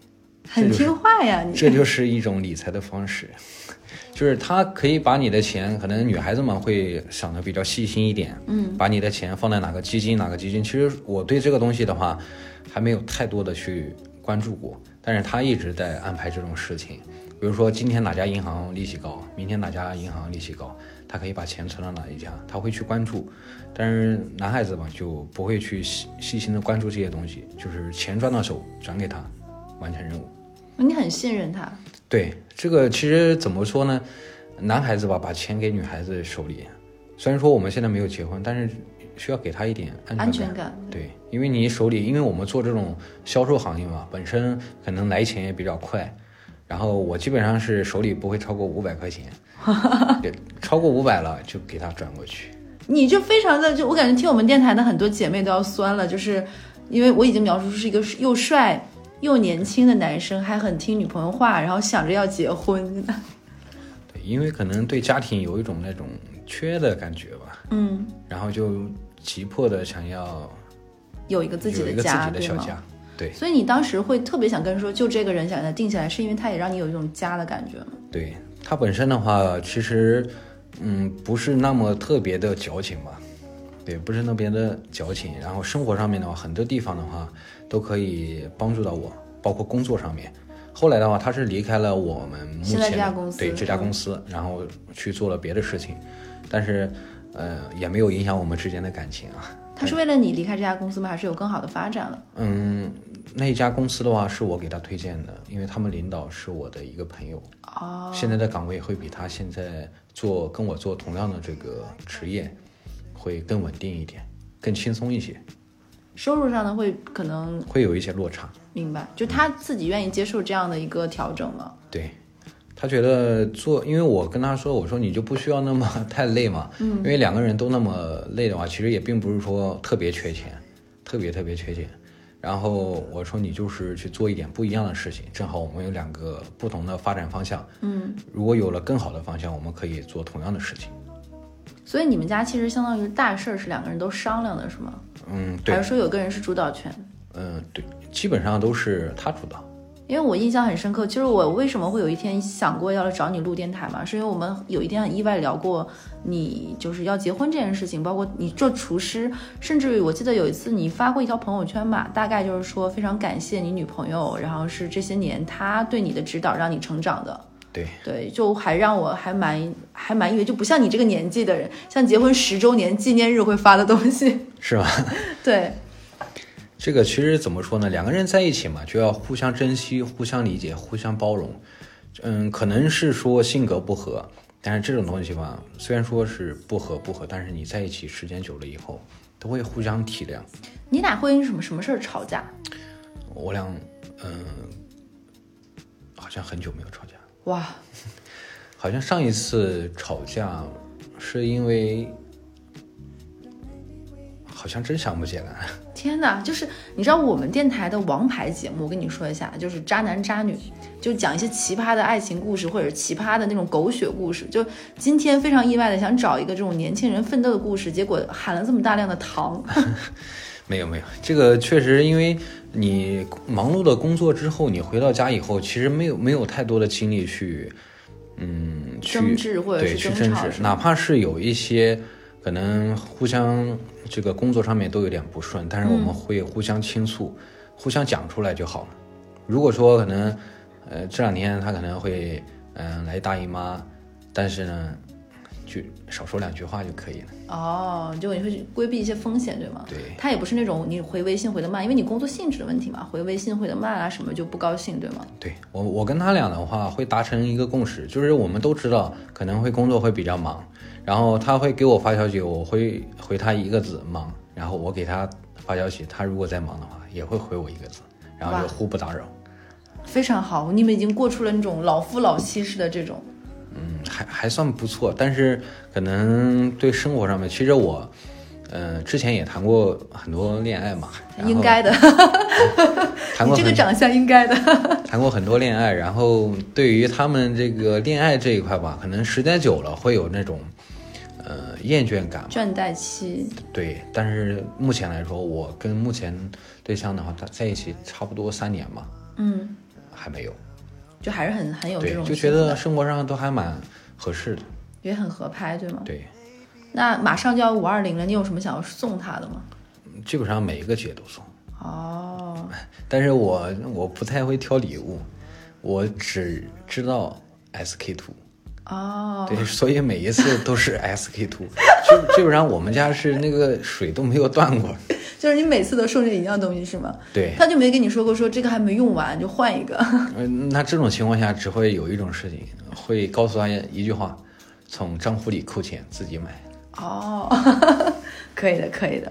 Speaker 3: 很
Speaker 4: 就是
Speaker 3: 听话呀，你
Speaker 4: 这就是一种理财的方式，就是他可以把你的钱，可能女孩子们会想的比较细心一点，嗯，把你的钱放在哪个基金，哪个基金。其实我对这个东西的话，还没有太多的去关注过，但是他一直在安排这种事情，比如说今天哪家银行利息高，明天哪家银行利息高，他可以把钱存到哪一家，他会去关注。但是男孩子嘛，就不会去细细心的关注这些东西，就是钱赚到手转给他，完成任务。
Speaker 3: 你很信任他，
Speaker 4: 对这个其实怎么说呢？男孩子吧，把钱给女孩子手里，虽然说我们现在没有结婚，但是需要给她一点安全
Speaker 3: 安全感。
Speaker 4: 对，因为你手里，因为我们做这种销售行业嘛，本身可能来钱也比较快，然后我基本上是手里不会超过五百 块钱，对，超过五百了就给他转过去。
Speaker 3: 你就非常的，就我感觉听我们电台的很多姐妹都要酸了，就是因为我已经描述出是一个又帅又年轻的男生，还很听女朋友话，然后想着要结婚。
Speaker 4: 对，因为可能对家庭有一种那种缺的感觉吧，
Speaker 3: 嗯，
Speaker 4: 然后就急迫的想要
Speaker 3: 有一个自己
Speaker 4: 有
Speaker 3: 的
Speaker 4: 一个自
Speaker 3: 家，
Speaker 4: 己的
Speaker 3: 对
Speaker 4: 小
Speaker 3: 吗？
Speaker 4: 家。对
Speaker 3: 所以你当时会特别想跟说，就这个人想给他定下来，是因为他也让你有一种家的感觉吗？
Speaker 4: 对，他本身的话，其实嗯不是那么特别的矫情吧，对，不是那边的矫情。然后生活上面的话，很多地方的话都可以帮助到我，包括工作上面。后来的话，他是离开了我们目
Speaker 3: 现在这
Speaker 4: 前的
Speaker 3: 家公司
Speaker 4: 对这家公司，然后去做了别的事情，但是呃也没有影响我们之间的感情啊。
Speaker 3: 他是为了你离开这家公司吗？还是有更好的发展了？
Speaker 4: 嗯，那一家公司的话是我给他推荐的，因为他们领导是我的一个朋友。
Speaker 3: 哦，
Speaker 4: 现在的岗位会比他现在做跟我做同样的这个职业会更稳定一点，更轻松一些，
Speaker 3: 收入上呢会可能
Speaker 4: 会有一些落差。
Speaker 3: 明白，就他自己愿意接受这样的一个调整吗？
Speaker 4: 对他觉得做，因为我跟他说，我说你就不需要那么 太累嘛，嗯，因为两个人都那么累的话，其实也并不是说特别缺钱，特别特别缺钱。然后我说你就是去做一点不一样的事情，正好我们有两个不同的发展方向，嗯，如果有了更好的方向，我们可以做同样的事情。
Speaker 3: 所以你们家其实相当于大事儿是两个人都商量的，是吗？
Speaker 4: 嗯，对
Speaker 3: 还是，说有个人是主导权？
Speaker 4: 嗯，对，基本上都是他主导。
Speaker 3: 因为我印象很深刻，就是我为什么会有一天想过要来找你录电台嘛，是因为我们有一天很意外聊过你就是要结婚这件事情，包括你做厨师，甚至于我记得有一次你发过一条朋友圈吧，大概就是说非常感谢你女朋友，然后是这些年她对你的指导让你成长的。
Speaker 4: 对，
Speaker 3: 对，就还让我还蛮还蛮意外，就不像你这个年纪的人，像结婚十周年纪念日会发的东西，
Speaker 4: 是吧？
Speaker 3: 对，
Speaker 4: 这个其实怎么说呢？两个人在一起嘛，就要互相珍惜、互相理解、互相包容。嗯，可能是说性格不合，但是这种东西吧，虽然说是不合不合，但是你在一起时间久了以后，都会互相体谅。
Speaker 3: 你俩会因什么什么事儿吵架？
Speaker 4: 我俩，嗯，好像很久没有吵架了。
Speaker 3: 哇，
Speaker 4: 好像上一次吵架是因为，好像真想不起来。
Speaker 3: 天哪，就是你知道我们电台的王牌节目，我跟你说一下，就是渣男渣女，就讲一些奇葩的爱情故事或者奇葩的那种狗血故事。就今天非常意外的想找一个这种年轻人奋斗的故事，结果含了这么大量的糖。
Speaker 4: 没有没有，这个确实因为你忙碌的工作之后，你回到家以后，其实没有没有太多的精力去，嗯，去
Speaker 3: 争执或者是
Speaker 4: 对去
Speaker 3: 争
Speaker 4: 争
Speaker 3: 吵
Speaker 4: 执
Speaker 3: 是，吗
Speaker 4: 哪怕是有一些可能互相这个工作上面都有点不顺，但是我们会互相倾诉，互相讲出来就好了。如果说可能，呃，这两天他可能会嗯、来大姨妈，但是呢，就少说两句话就可以了。
Speaker 3: 哦，就你会规避一些风险，对吗？
Speaker 4: 对
Speaker 3: 他也不是那种你回微信回的慢，因为你工作性质的问题嘛，回微信回的慢啊什么就不高兴，对吗？
Speaker 4: 对我，我跟他俩的话会达成一个共识，就是我们都知道可能会工作会比较忙，然后他会给我发消息，我会回他一个字忙，然后我给他发消息，他如果在忙的话也会回我一个字，然后就
Speaker 3: 哇
Speaker 4: 互不打扰。
Speaker 3: 非常好，你们已经过出了那种老夫老妻式的这种。
Speaker 4: 嗯，还还算不错，但是可能对生活上面，其实我，呃，之前也谈过很多恋爱嘛，然后
Speaker 3: 应该的，
Speaker 4: 谈
Speaker 3: 你
Speaker 4: 过
Speaker 3: 这个
Speaker 4: 很
Speaker 3: 长相应该的。
Speaker 4: 谈过很多恋爱，然后对于他们这个恋爱这一块吧，可能时间久了会有那种，呃，厌倦感吧。
Speaker 3: 倦怠期，
Speaker 4: 对，但是目前来说，我跟目前对象的话，他在一起差不多三年吧，
Speaker 3: 嗯，
Speaker 4: 还没有。
Speaker 3: 就还是很很有这
Speaker 4: 对，
Speaker 3: 种
Speaker 4: 就
Speaker 3: 幸
Speaker 4: 觉
Speaker 3: 福
Speaker 4: 得
Speaker 3: 感
Speaker 4: 生活上都还蛮合适的。
Speaker 3: 也很合拍，对吗？
Speaker 4: 对，
Speaker 3: 那马上就要五二零了，你有什么想要送他的吗？
Speaker 4: 基本上每一个节都送。
Speaker 3: 啊、哦，
Speaker 4: 但是我我不太会挑礼物，我只知道 SK two。
Speaker 3: 哦，
Speaker 4: 对，所以每一次都是 SK two，基基本上我们家是那个水都没有断过。
Speaker 3: 就是你每次都送这一样东西是吗？
Speaker 4: 对，
Speaker 3: 他就没跟你说过说这个还没用完就换一个。
Speaker 4: 呃那这种情况下只会有一种事情，会告诉他一句话：从账户里扣钱自己买。
Speaker 3: 哦， 可以的，可以的。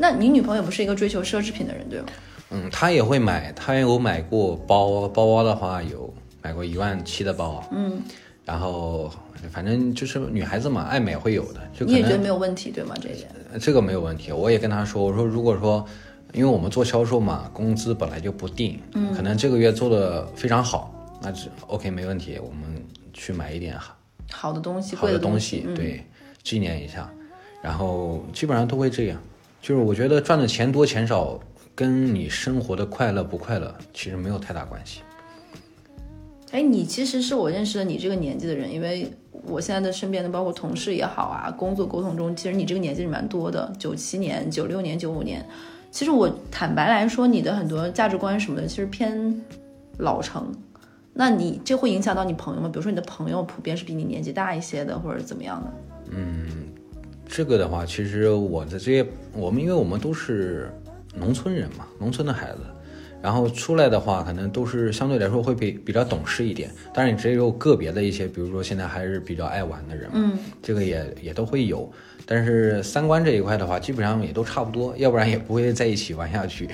Speaker 3: 那你女朋友不是一个追求奢侈品的人，对吗？
Speaker 4: 嗯，他也会买，他有买过包，啊包包的话有买过一万七的包，嗯，然后反正就是女孩子嘛，爱美会有的，就可
Speaker 3: 你也
Speaker 4: 能
Speaker 3: 觉得没有问题，对吗？这一点。
Speaker 4: 这个没有问题，我也跟他说，我说如果说，因为我们做销售嘛，工资本来就不定，嗯，可能这个月做的非常好，那这 OK 没问题，我们去买一点好
Speaker 3: 好的东西，
Speaker 4: 好
Speaker 3: 贵
Speaker 4: 的
Speaker 3: 东
Speaker 4: 西，
Speaker 3: 嗯、
Speaker 4: 对，纪念一下，然后基本上都会这样，就是我觉得赚的钱多钱少跟你生活的快乐不快乐其实没有太大关系，
Speaker 3: 哎，你其实是我认识的你这个年纪的人，因为我现在的身边的包括同事也好啊，工作沟通中，其实你这个年纪是蛮多的，九七年、九六年、九五年。其实我坦白来说，你的很多价值观什么的，其实偏老成。那你这会影响到你朋友吗？比如说你的朋友普遍是比你年纪大一些的，或者怎么样的？
Speaker 4: 这个的话，其实我的这些我们，因为我们都是农村人嘛，农村的孩子，然后出来的话，可能都是相对来说会比比较懂事一点。当然，只有个别的一些，比如说现在还是比较爱玩的人嘛，嗯、这个也也都会有。但是三观这一块的话，基本上也都差不多，要不然也不会在一起玩下去。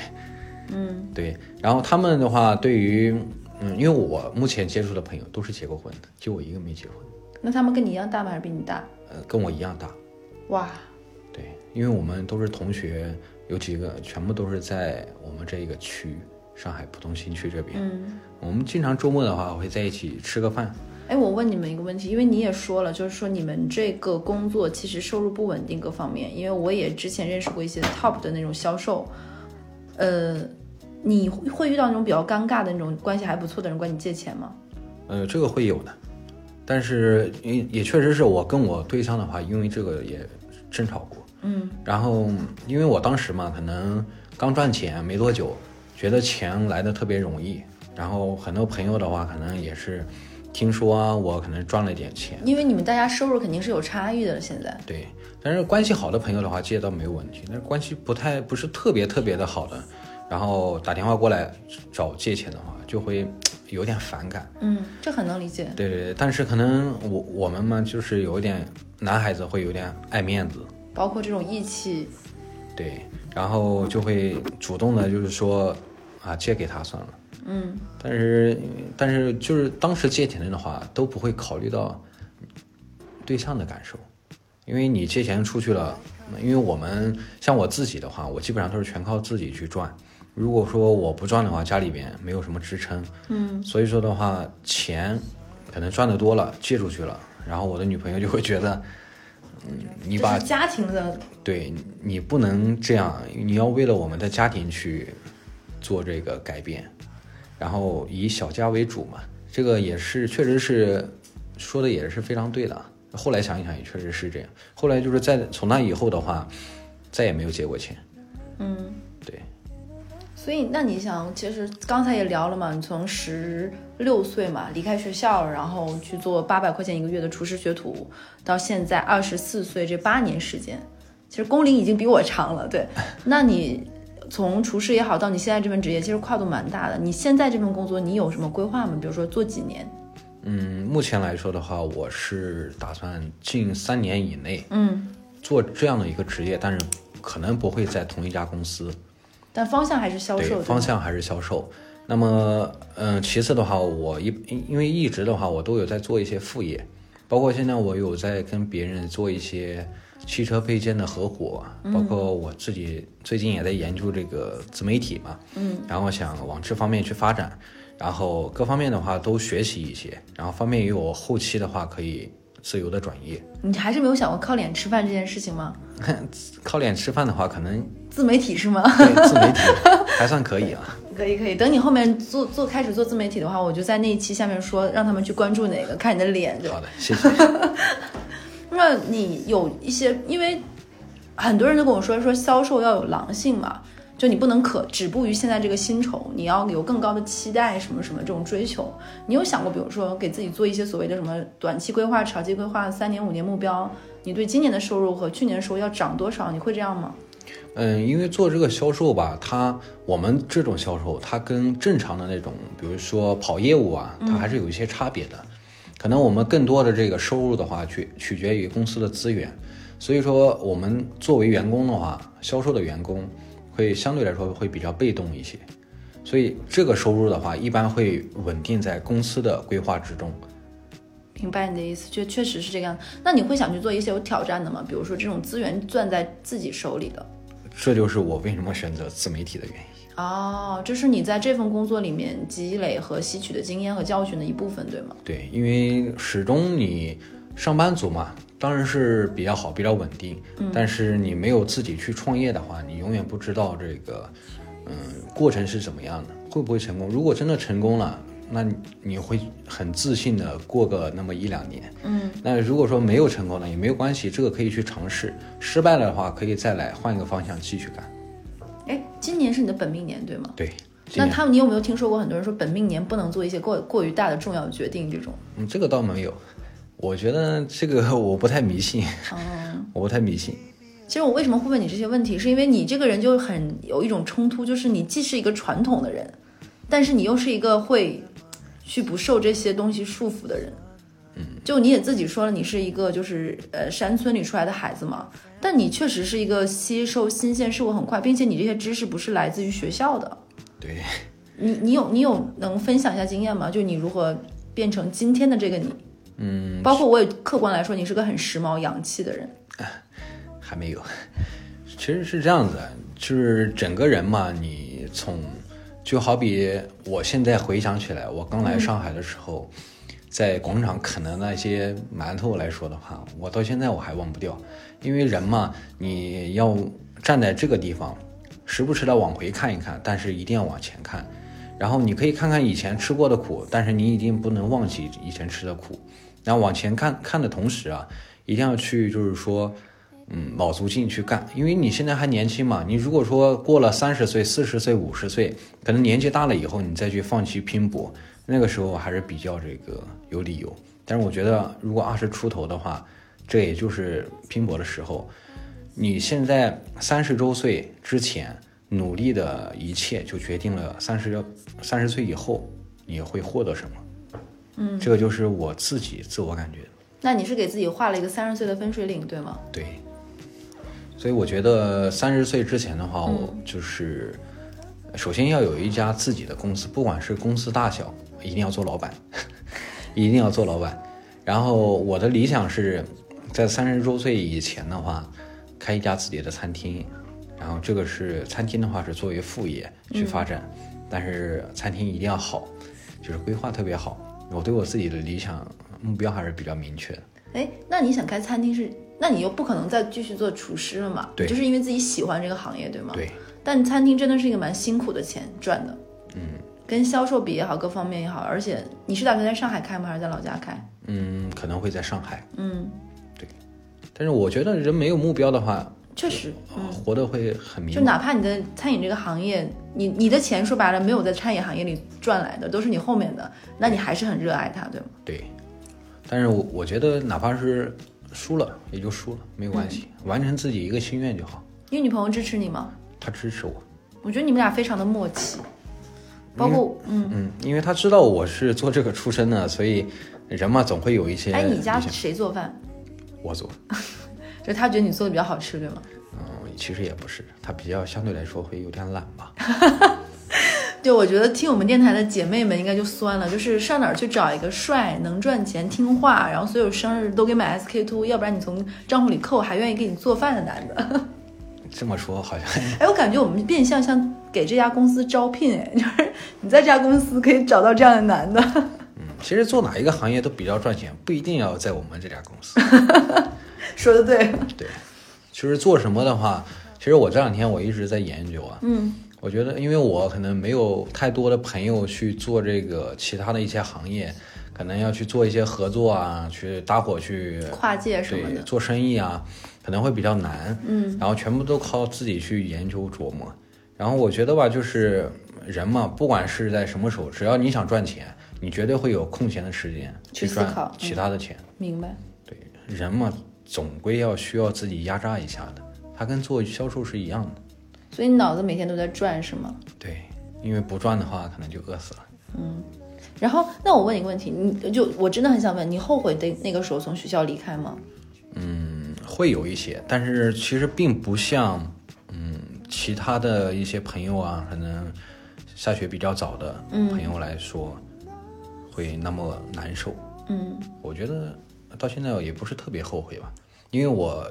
Speaker 4: 嗯，对。然后他们的话，对于嗯，因为我目前接触的朋友都是结过婚的，就我一个没结婚，
Speaker 3: 那他们跟你一样大吗？还是比你大？
Speaker 4: 呃，跟我一样大。
Speaker 3: 哇，
Speaker 4: 对，因为我们都是同学，有几个全部都是在我们这一个区，上海浦东新区这边。
Speaker 3: 嗯，
Speaker 4: 我们经常周末的话会在一起吃个饭。
Speaker 3: 哎，我问你们一个问题，因为你也说了，就是说你们这个工作其实收入不稳定各方面，因为我也之前认识过一些 top 的那种销售，呃，你会会遇到那种比较尴尬的那种关系还不错的人管你借钱吗？
Speaker 4: 呃，这个会有的，但是也也确实是我跟我对象的话，因为这个也争吵过。
Speaker 3: 嗯，
Speaker 4: 然后因为我当时嘛，可能刚赚钱没多久，觉得钱来的特别容易，然后很多朋友的话，可能也是听说、啊、我可能赚了点钱。
Speaker 3: 因为你们大家收入肯定是有差异的，现在
Speaker 4: 对，但是关系好的朋友的话，借倒没有问题。但是关系不太不是特别特别的好的，然后打电话过来找借钱的话，就会有点反感。
Speaker 3: 嗯，这很能理解。
Speaker 4: 对对对，但是可能我我们嘛，就是有一点男孩子会有点爱面子，
Speaker 3: 包括这种义气，
Speaker 4: 对，然后就会主动的，就是说啊，借给他算了。
Speaker 3: 嗯，
Speaker 4: 但是但是就是当时借钱的话，都不会考虑到对象的感受，因为你借钱出去了，因为我们像我自己的话，我基本上都是全靠自己去赚。如果说我不赚的话，家里边没有什么支撑，嗯，所以说的话，钱可能赚的多了，借出去了，然后我的女朋友就会觉得，嗯，你
Speaker 3: 这
Speaker 4: 把
Speaker 3: 是家庭的
Speaker 4: 对你不能这样，你要为了我们的家庭去做这个改变，然后以小家为主嘛，这个也是确实是说的也是非常对的啊。后来想一想也确实是这样，后来就是在从那以后的话，再也没有借过钱。嗯，对，
Speaker 3: 所以，那你想，其实刚才也聊了嘛，你从十六岁嘛离开学校，然后去做八百块钱一个月的厨师学徒，到现在二十四岁这八年时间，其实工龄已经比我长了。对，那你从厨师也好，到你现在这份职业，其实跨度蛮大的。你现在这份工作，你有什么规划吗？比如说做几年？
Speaker 4: 嗯，目前来说的话，我是打算近三年以内
Speaker 3: 嗯，
Speaker 4: 做这样的一个职业，但是可能不会在同一家公司。
Speaker 3: 但方向还是销
Speaker 4: 对，
Speaker 3: 售。
Speaker 4: 方。向还是销售。那么，嗯、其次的话，我一因因为一直的话，我都有在做一些副业，包括现在我有在跟别人做一些汽车配件的合伙，包括我自己最近也在研究这个自媒体嘛，嗯，然后想往这方面去发展，然后各方面的话都学习一些，然后方便于我后期的话可以自由的转业。
Speaker 3: 你还是没有想过靠脸吃饭这件事情吗？
Speaker 4: 靠脸吃饭的话，可能
Speaker 3: 自媒体是吗？
Speaker 4: 对自媒体还算可以啊。
Speaker 3: 可以可以，等你后面做做开始做自媒体的话，我就在那一期下面说，让他们去关注哪个，看你的脸。对吧
Speaker 4: 好的，谢谢。
Speaker 3: 那你有一些，因为很多人都跟我说说销售要有狼性嘛，就就你不能可止步于现在这个薪酬，你要有更高的期待，什么什么这种追求。你有想过，比如说给自己做一些所谓的什么短期规划、长期规划、三年、五年目标？你对今年的收入和去年的收入要涨多少？你会这样吗？
Speaker 4: 嗯，因为做这个销售吧，它我们这种销售，它跟正常的那种，比如说跑业务啊，它还是有一些差别的。可能我们更多的这个收入的话，取取决于公司的资源。所以说，我们作为员工的话，销售的员工会相对来说会比较被动一些。所以这个收入的话，一般会稳定在公司的规划之中。
Speaker 3: 明白你的意思，确确实是这个样子。那你会想去做一些有挑战的吗？比如说这种资源攥在自己手里的。
Speaker 4: 这就是我为什么选择自媒体的原因。
Speaker 3: 哦，这是你在这份工作里面积累和吸取的经验和教训的一部分，对吗？
Speaker 4: 对，因为始终你上班族嘛，当然是比较好，比较稳定。
Speaker 3: 嗯
Speaker 4: 但是你没有自己去创业的话，你永远不知道这个，嗯，过程是怎么样的，会不会成功。如果真的成功了，那你你会很自信的过个那么一两年。嗯，那如果说没有成功呢，也没有关系，这个可以去尝试。失败了的话，可以再来换一个方向继续干。
Speaker 3: 哎，今年是你的本命年，对吗？
Speaker 4: 对，这
Speaker 3: 那
Speaker 4: 样
Speaker 3: 他们，你有没有听说过很多人说本命年不能做一些过过于大的重要决定这种？
Speaker 4: 嗯，这个倒没有。我觉得这个 我不太迷信，
Speaker 3: 嗯
Speaker 4: 我不太迷信。
Speaker 3: 其实我为什么会问你这些问题，是因为你这个人就很有一种冲突，就是你既是一个传统的人，但是你又是一个会去不受这些东西束缚的人。嗯，就你也自己说了，你是一个就是呃山村里出来的孩子嘛，但你确实是一个吸收新鲜事物很快，并且你这些知识不是来自于学校的。
Speaker 4: 对，
Speaker 3: 你你有你有能分享一下经验吗？就你如何变成今天的这个你？嗯，包括我也客观来说，你是个很时髦洋气的人。
Speaker 4: 还没有。 其实是这样子的，啊就是整个人嘛，你从就好比我现在回想起来，我刚来上海的时候，在广场啃的那些馒头来说的话，我到现在我还忘不掉，因为人嘛，你要站在这个地方，时不时的往回看一看，但是一定要往前看。然后你可以看看以前吃过的苦，但是你一定不能忘记以前吃的苦。然后往前看看的同时啊，一定要去就是说，嗯，卯足劲去干，因为你现在还年轻嘛。你如果说过了三十岁、四十岁、五十岁，可能年纪大了以后，你再去放弃拼搏，那个时候还是比较这个有理由。但是我觉得，如果二十出头的话，这也就是拼搏的时候。你现在三十周岁之前努力的一切，就决定了三十三十岁以后你会获得什么。嗯，这个就是我自己自我感觉。
Speaker 3: 那你是给自己画了一个三十岁的分水岭，对吗？
Speaker 4: 对，所以我觉得三十岁之前的话，我就是首先要有一家自己的公司，不管是公司大小，一定要做老板， 一定要做老板。然后我的理想是在三十周岁以前的话，开一家自己的餐厅，然后这个是餐厅的话是作为副业去发展，但是餐厅一定要好，就是规划特别好。我对我自己的理想目标还是比较明确的。
Speaker 3: 哎，那你想开餐厅是？那你又不可能再继续做厨师了嘛？
Speaker 4: 对
Speaker 3: 就是因为自己喜欢这个行业，对吗？
Speaker 4: 对。
Speaker 3: 但餐厅真的是一个蛮辛苦的钱赚的，嗯，跟销售比也好，各方面也好，而且你是打算在上海开吗？还是在老家开？
Speaker 4: 嗯，可能会在上海。
Speaker 3: 嗯，
Speaker 4: 对。但是我觉得人没有目标的话，
Speaker 3: 确实，
Speaker 4: 呃活得会很迷
Speaker 3: 嗯就
Speaker 4: 茫。
Speaker 3: 哪怕你的餐饮这个行业，你你的钱说白了没有在餐饮行业里赚来的，都是你后面的，那你还是很热爱它，对吗？
Speaker 4: 对。但是我我觉得，哪怕是输了，也就输了，没有关系，
Speaker 3: 嗯
Speaker 4: 完成自己一个心愿就好。
Speaker 3: 因为女朋友支持你吗？
Speaker 4: 他支持我，
Speaker 3: 我觉得你们俩非常的默契，包括嗯，
Speaker 4: 嗯，因为他知道我是做这个出身的，所以人嘛总会有一些
Speaker 3: 哎，你家
Speaker 4: 理想
Speaker 3: 谁做饭？
Speaker 4: 我做，
Speaker 3: 就他觉得你做的比较好吃，对吗？
Speaker 4: 嗯，其实也不是，他比较相对来说会有点懒吧。
Speaker 3: 对，我觉得听我们电台的姐妹们应该就酸了，就是上哪儿去找一个帅、能赚钱、听话，然后所有生日都给买 SK two，要不然你从账户里扣，还愿意给你做饭的男的。
Speaker 4: 这么说好像
Speaker 3: 哎，我感觉我们变相像给这家公司招聘，哎，就是你在这家公司可以找到这样的男的。
Speaker 4: 嗯其实做哪一个行业都比较赚钱，不一定要在我们这家公司。
Speaker 3: 说的对，
Speaker 4: 对，其实做什么的话，其实我这两天我一直在研究啊。嗯，我觉得，因为我可能没有太多的朋友去做这个其他的一些行业，可能要去做一些合作啊，去搭伙去
Speaker 3: 跨界什么
Speaker 4: 对
Speaker 3: 的。
Speaker 4: 做生意啊，可能会比较难。嗯，然后全部都靠自己去研究琢磨。然后我觉得吧，就是人嘛，不管是在什么时候，只要你想赚钱，你绝对会有空闲的时间
Speaker 3: 去思
Speaker 4: 赚
Speaker 3: 考嗯
Speaker 4: 其他的钱。
Speaker 3: 明白。
Speaker 4: 对，人嘛，总归要需要自己压榨一下的，它跟做销售是一样的。
Speaker 3: 所以你脑子每天都在转是吗？
Speaker 4: 对，因为不赚的话，可能就饿死了。
Speaker 3: 然后，那我问你个问题，你就我真的很想问，你后悔那那个时候从学校离开吗？
Speaker 4: 会有一些，但是其实并不像，嗯，其他的一些朋友啊，可能下学比较早的朋友来说，会那么难受。
Speaker 3: 嗯，
Speaker 4: 我觉得到现在也不是特别后悔吧，因为我，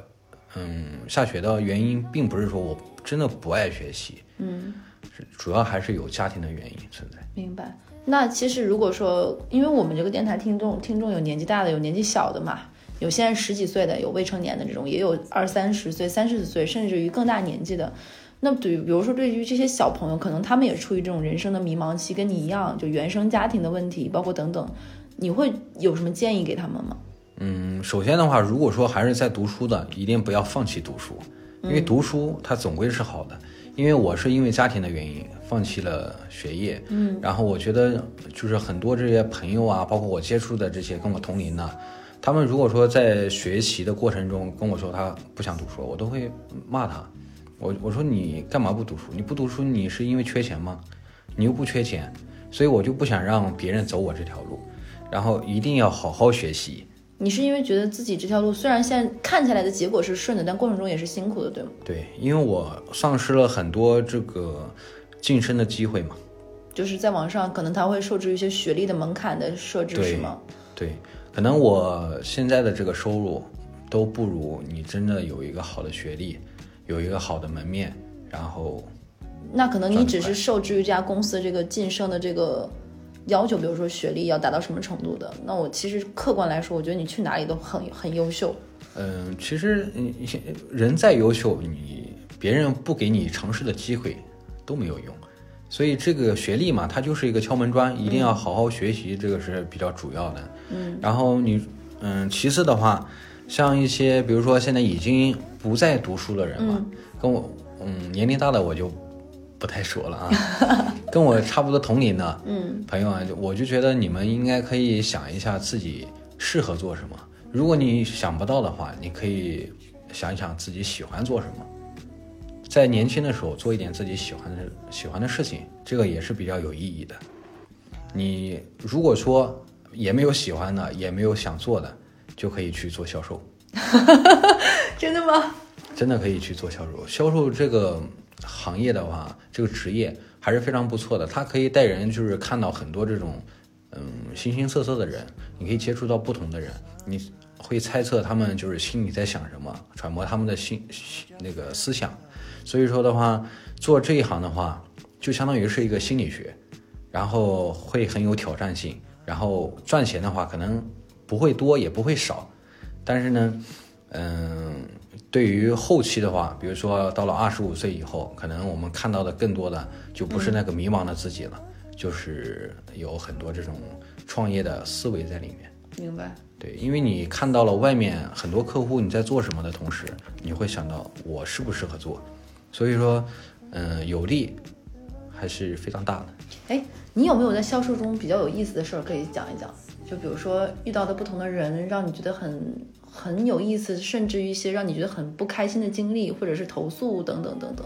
Speaker 4: 嗯，下学的原因并不是说我真的不爱学习，嗯，主要还是有家庭的原因存在。
Speaker 3: 明白。那其实如果说，因为我们这个电台听众听众有年纪大的，有年纪小的嘛，有现在十几岁的，有未成年的这种，也有二三十岁、三十几岁，甚至于更大年纪的。那对，比如说对于这些小朋友，可能他们也处于这种人生的迷茫期，跟你一样，就原生家庭的问题，包括等等，你会有什么建议给他们吗？
Speaker 4: 嗯，首先的话，如果说还是在读书的，一定不要放弃读书，因为读书它总归是好的。因为我是因为家庭的原因放弃了学业，嗯，然后我觉得就是很多这些朋友啊，包括我接触的这些跟我同龄的、他们如果说在学习的过程中跟我说他不想读书，我都会骂他，我我说你干嘛不读书？你不读书你是因为缺钱吗？你又不缺钱，所以我就不想让别人走我这条路，然后一定要好好学习，
Speaker 3: 你是因为觉得自己这条路虽然现在看起来的结果是顺的，但过程中也是辛苦的，对吗？
Speaker 4: 对，因为我丧失了很多这个晋升的机会嘛。
Speaker 3: 就是在网上可能它会受制于一些学历的门槛的设置，
Speaker 4: 对
Speaker 3: 是吗？
Speaker 4: 对，可能我现在的这个收入都不如你真的有一个好的学历，有一个好的门面，然后
Speaker 3: 那可能你
Speaker 4: 赚得
Speaker 3: 只是
Speaker 4: 快
Speaker 3: 受制于这家公司这个晋升的这个要求，比如说学历要达到什么程度的。那我其实客观来说，我觉得你去哪里都很很优秀。
Speaker 4: 嗯，其实你你人再优秀，你别人不给你尝试的机会都没有用。所以这个学历嘛，它就是一个敲门砖，一定要好好学习，这个是比较主要的。嗯，然后你，嗯，其次的话，像一些比如说现在已经不再读书的人嘛，跟我，嗯，年龄大的我就不太说了啊，跟我差不多同龄的，嗯，朋友啊，就我就觉得你们应该可以想一下自己适合做什么。如果你想不到的话，你可以想一想自己喜欢做什么。在年轻的时候做一点自己喜欢的喜欢的事情，这个也是比较有意义的。你如果说也没有喜欢的，也没有想做的，就可以去做销售，
Speaker 3: 真的吗？
Speaker 4: 真的可以去做销售。销售这个行业的话，这个职业还是非常不错的，它可以带人就是看到很多这种嗯形形色色的人，你可以接触到不同的人，你会猜测他们就是心里在想什么，揣摩他们的心心那个思想。所以说的话，做这一行的话，就相当于是一个心理学，然后会很有挑战性，然后赚钱的话可能不会多也不会少，但是呢，嗯，对于后期的话，比如说到了二十五岁以后，可能我们看到的更多的就不是那个迷茫的自己了，就是有很多这种创业的思维在里面。
Speaker 3: 明白。
Speaker 4: 对，因为你看到了外面很多客户你在做什么的同时，你会想到我适不适合做，所以说，嗯、有利还是非常大的。
Speaker 3: 哎，你有没有在销售中比较有意思的事儿可以讲一讲？就比如说遇到的不同的人，让你觉得很很有意思，甚至于一些让你觉得很不开心的经历，或者是投诉等等等等，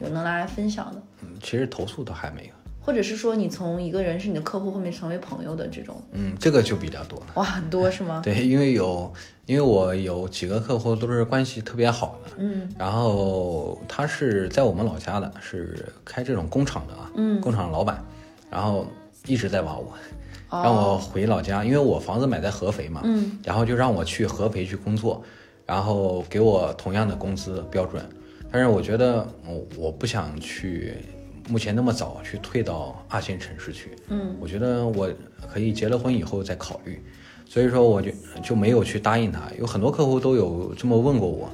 Speaker 3: 有能拿来分享的，
Speaker 4: 嗯，其实投诉倒还没有，
Speaker 3: 或者是说你从一个人是你的客户后面成为朋友的这种，
Speaker 4: 嗯，这个就比较多了。
Speaker 3: 哇，很多是吗？
Speaker 4: 对，因为有，因为我有几个客户都是关系特别好的，
Speaker 3: 嗯，
Speaker 4: 然后他是在我们老家的，是开这种工厂的啊，嗯，工厂老板，然后一直在挖我，让我回老家，因为我房子买在合肥嘛，嗯，然后就让我去合肥去工作，然后给我同样的工资标准，但是我觉得我我不想去。目前那么早去退到二线城市去，嗯，我觉得我可以结了婚以后再考虑，所以说我就就没有去答应他。有很多客户都有这么问过我，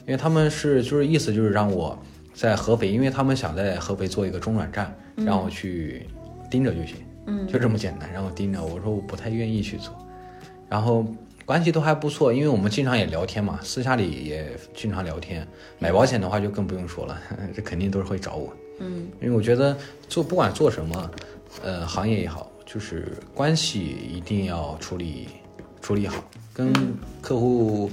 Speaker 4: 因为他们是就是意思就是让我在合肥，因为他们想在合肥做一个中转站，让我去盯着就行，嗯，就这么简单，让我盯着。我说我不太愿意去做，然后关系都还不错，因为我们经常也聊天嘛， 私下里也经常聊天。买保险的话就更不用说了，这肯定都是会找我。
Speaker 3: 嗯，
Speaker 4: 因为我觉得做不管做什么，呃，行业也好，就是关系一定要处理处理好，跟
Speaker 3: 嗯
Speaker 4: 客户，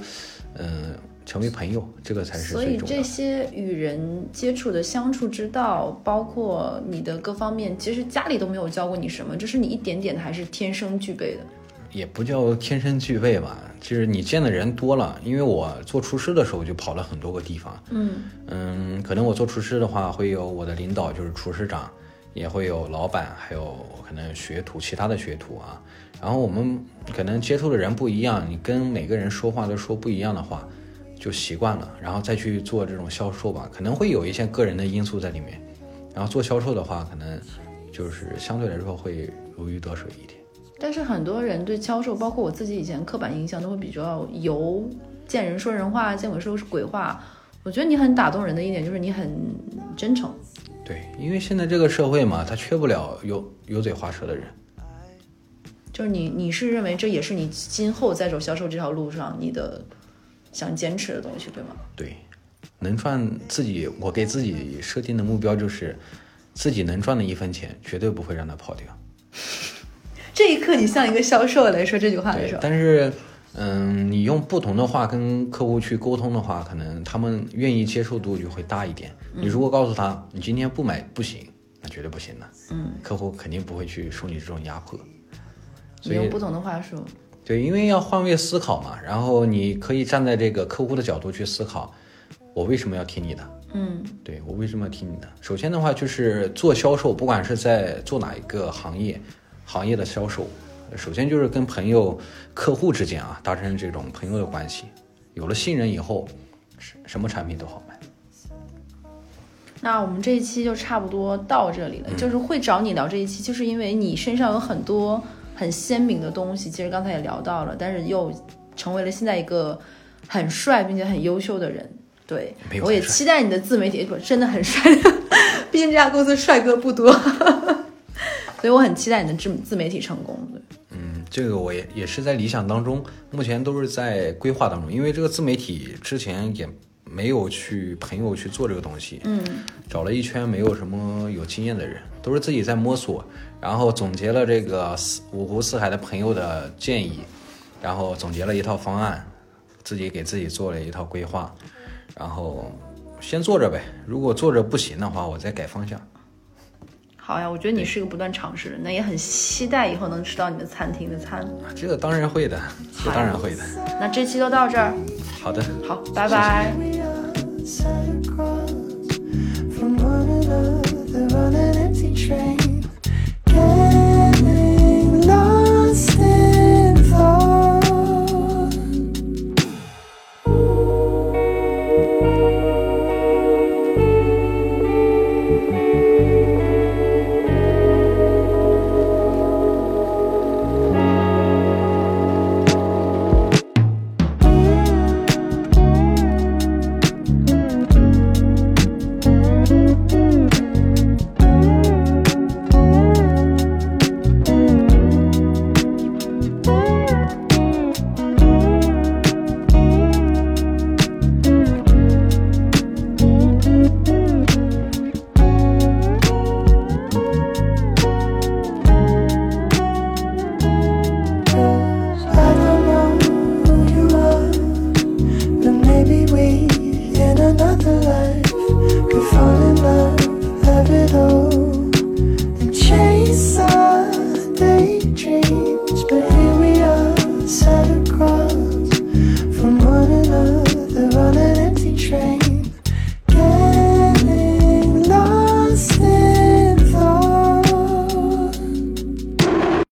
Speaker 4: 嗯、成为朋友，这个才是
Speaker 3: 所
Speaker 4: 最
Speaker 3: 以
Speaker 4: 重要
Speaker 3: 这
Speaker 4: 的。
Speaker 3: 些与人接触的相处之道，包括你的各方面，其实家里都没有教过你什么，这是你一点点的还是天生具备的。
Speaker 4: 也不叫天生具备吧，就是你见的人多了。因为我做厨师的时候就跑了很多个地方，
Speaker 3: 嗯
Speaker 4: 嗯，可能我做厨师的话，会有我的领导就是厨师长，也会有老板，还有可能学徒，其他的学徒啊。然后我们可能接触的人不一样，你跟每个人说话都说不一样的话，就习惯了，然后再去做这种销售吧，可能会有一些个人的因素在里面。然后做销售的话，可能就是相对来说会如鱼得水一点。
Speaker 3: 但是很多人对销售，包括我自己以前刻板印象，都会比较油，见人说人话，见鬼说鬼话。我觉得你很打动人的一点就是你很真诚，
Speaker 4: 对，因为现在这个社会嘛，它缺不了油油嘴滑舌的人。
Speaker 3: 就是你你是认为这也是你今后在走销售这条路上你的想坚持的东西，对吗？
Speaker 4: 对，能赚自己，我给自己设定的目标就是，自己能赚的一分钱，绝对不会让它跑掉。
Speaker 3: 这一刻你像一个销售来说这句话的时
Speaker 4: 对
Speaker 3: 候，，
Speaker 4: 但是，嗯，你用不同的话跟客户去沟通的话，可能他们愿意接受度就会大一点。你如果告诉他，你今天不买不行，那绝对不行的。嗯，客户肯定不会去受你这种压迫。
Speaker 3: 你用不同的话术，
Speaker 4: 对，因为要换位思考嘛，然后你可以站在这个客户的角度去思考，我为什么要听你的？
Speaker 3: 嗯，
Speaker 4: 对我为什么要听你的？首先的话就是做销售，不管是在做哪一个行业，行业的销售，首先就是跟朋友、客户之间啊，达成这种朋友的关系，有了信任以后，什什么产品都好卖。
Speaker 3: 那我们这一期就差不多到这里了。
Speaker 4: 嗯
Speaker 3: 就是会找你聊这一期，就是因为你身上有很多很鲜明的东西，其实刚才也聊到了，但是又成为了现在一个很帅并且很优秀的人。对
Speaker 4: 没，有
Speaker 3: 我也
Speaker 4: 很帅
Speaker 3: 期待你的自媒体，不真的很帅，毕竟这家公司帅哥不多，所以我很期待你的自自媒体成功。对
Speaker 4: 嗯，这个我也也是在理想当中，目前都是在规划当中，因为这个自媒体之前也没有去朋友去做这个东西，嗯，找了一圈没有什么有经验的人，都是自己在摸索，然后总结了这个四五湖四海的朋友的建议，然后总结了一套方案，自己给自己做了一套规划，然后先做着呗，如果做着不行的话，我再改方向。
Speaker 3: 好呀，我觉得你是一个不断尝试的人，那也很期待以后能吃到你的餐厅的餐。
Speaker 4: 啊这个当然会的，这当然会的。
Speaker 3: 那这期就到这儿，
Speaker 4: 好的，
Speaker 3: 好，拜拜。
Speaker 1: We are set across from one another on an empty train. Getting lost in thought. Thank you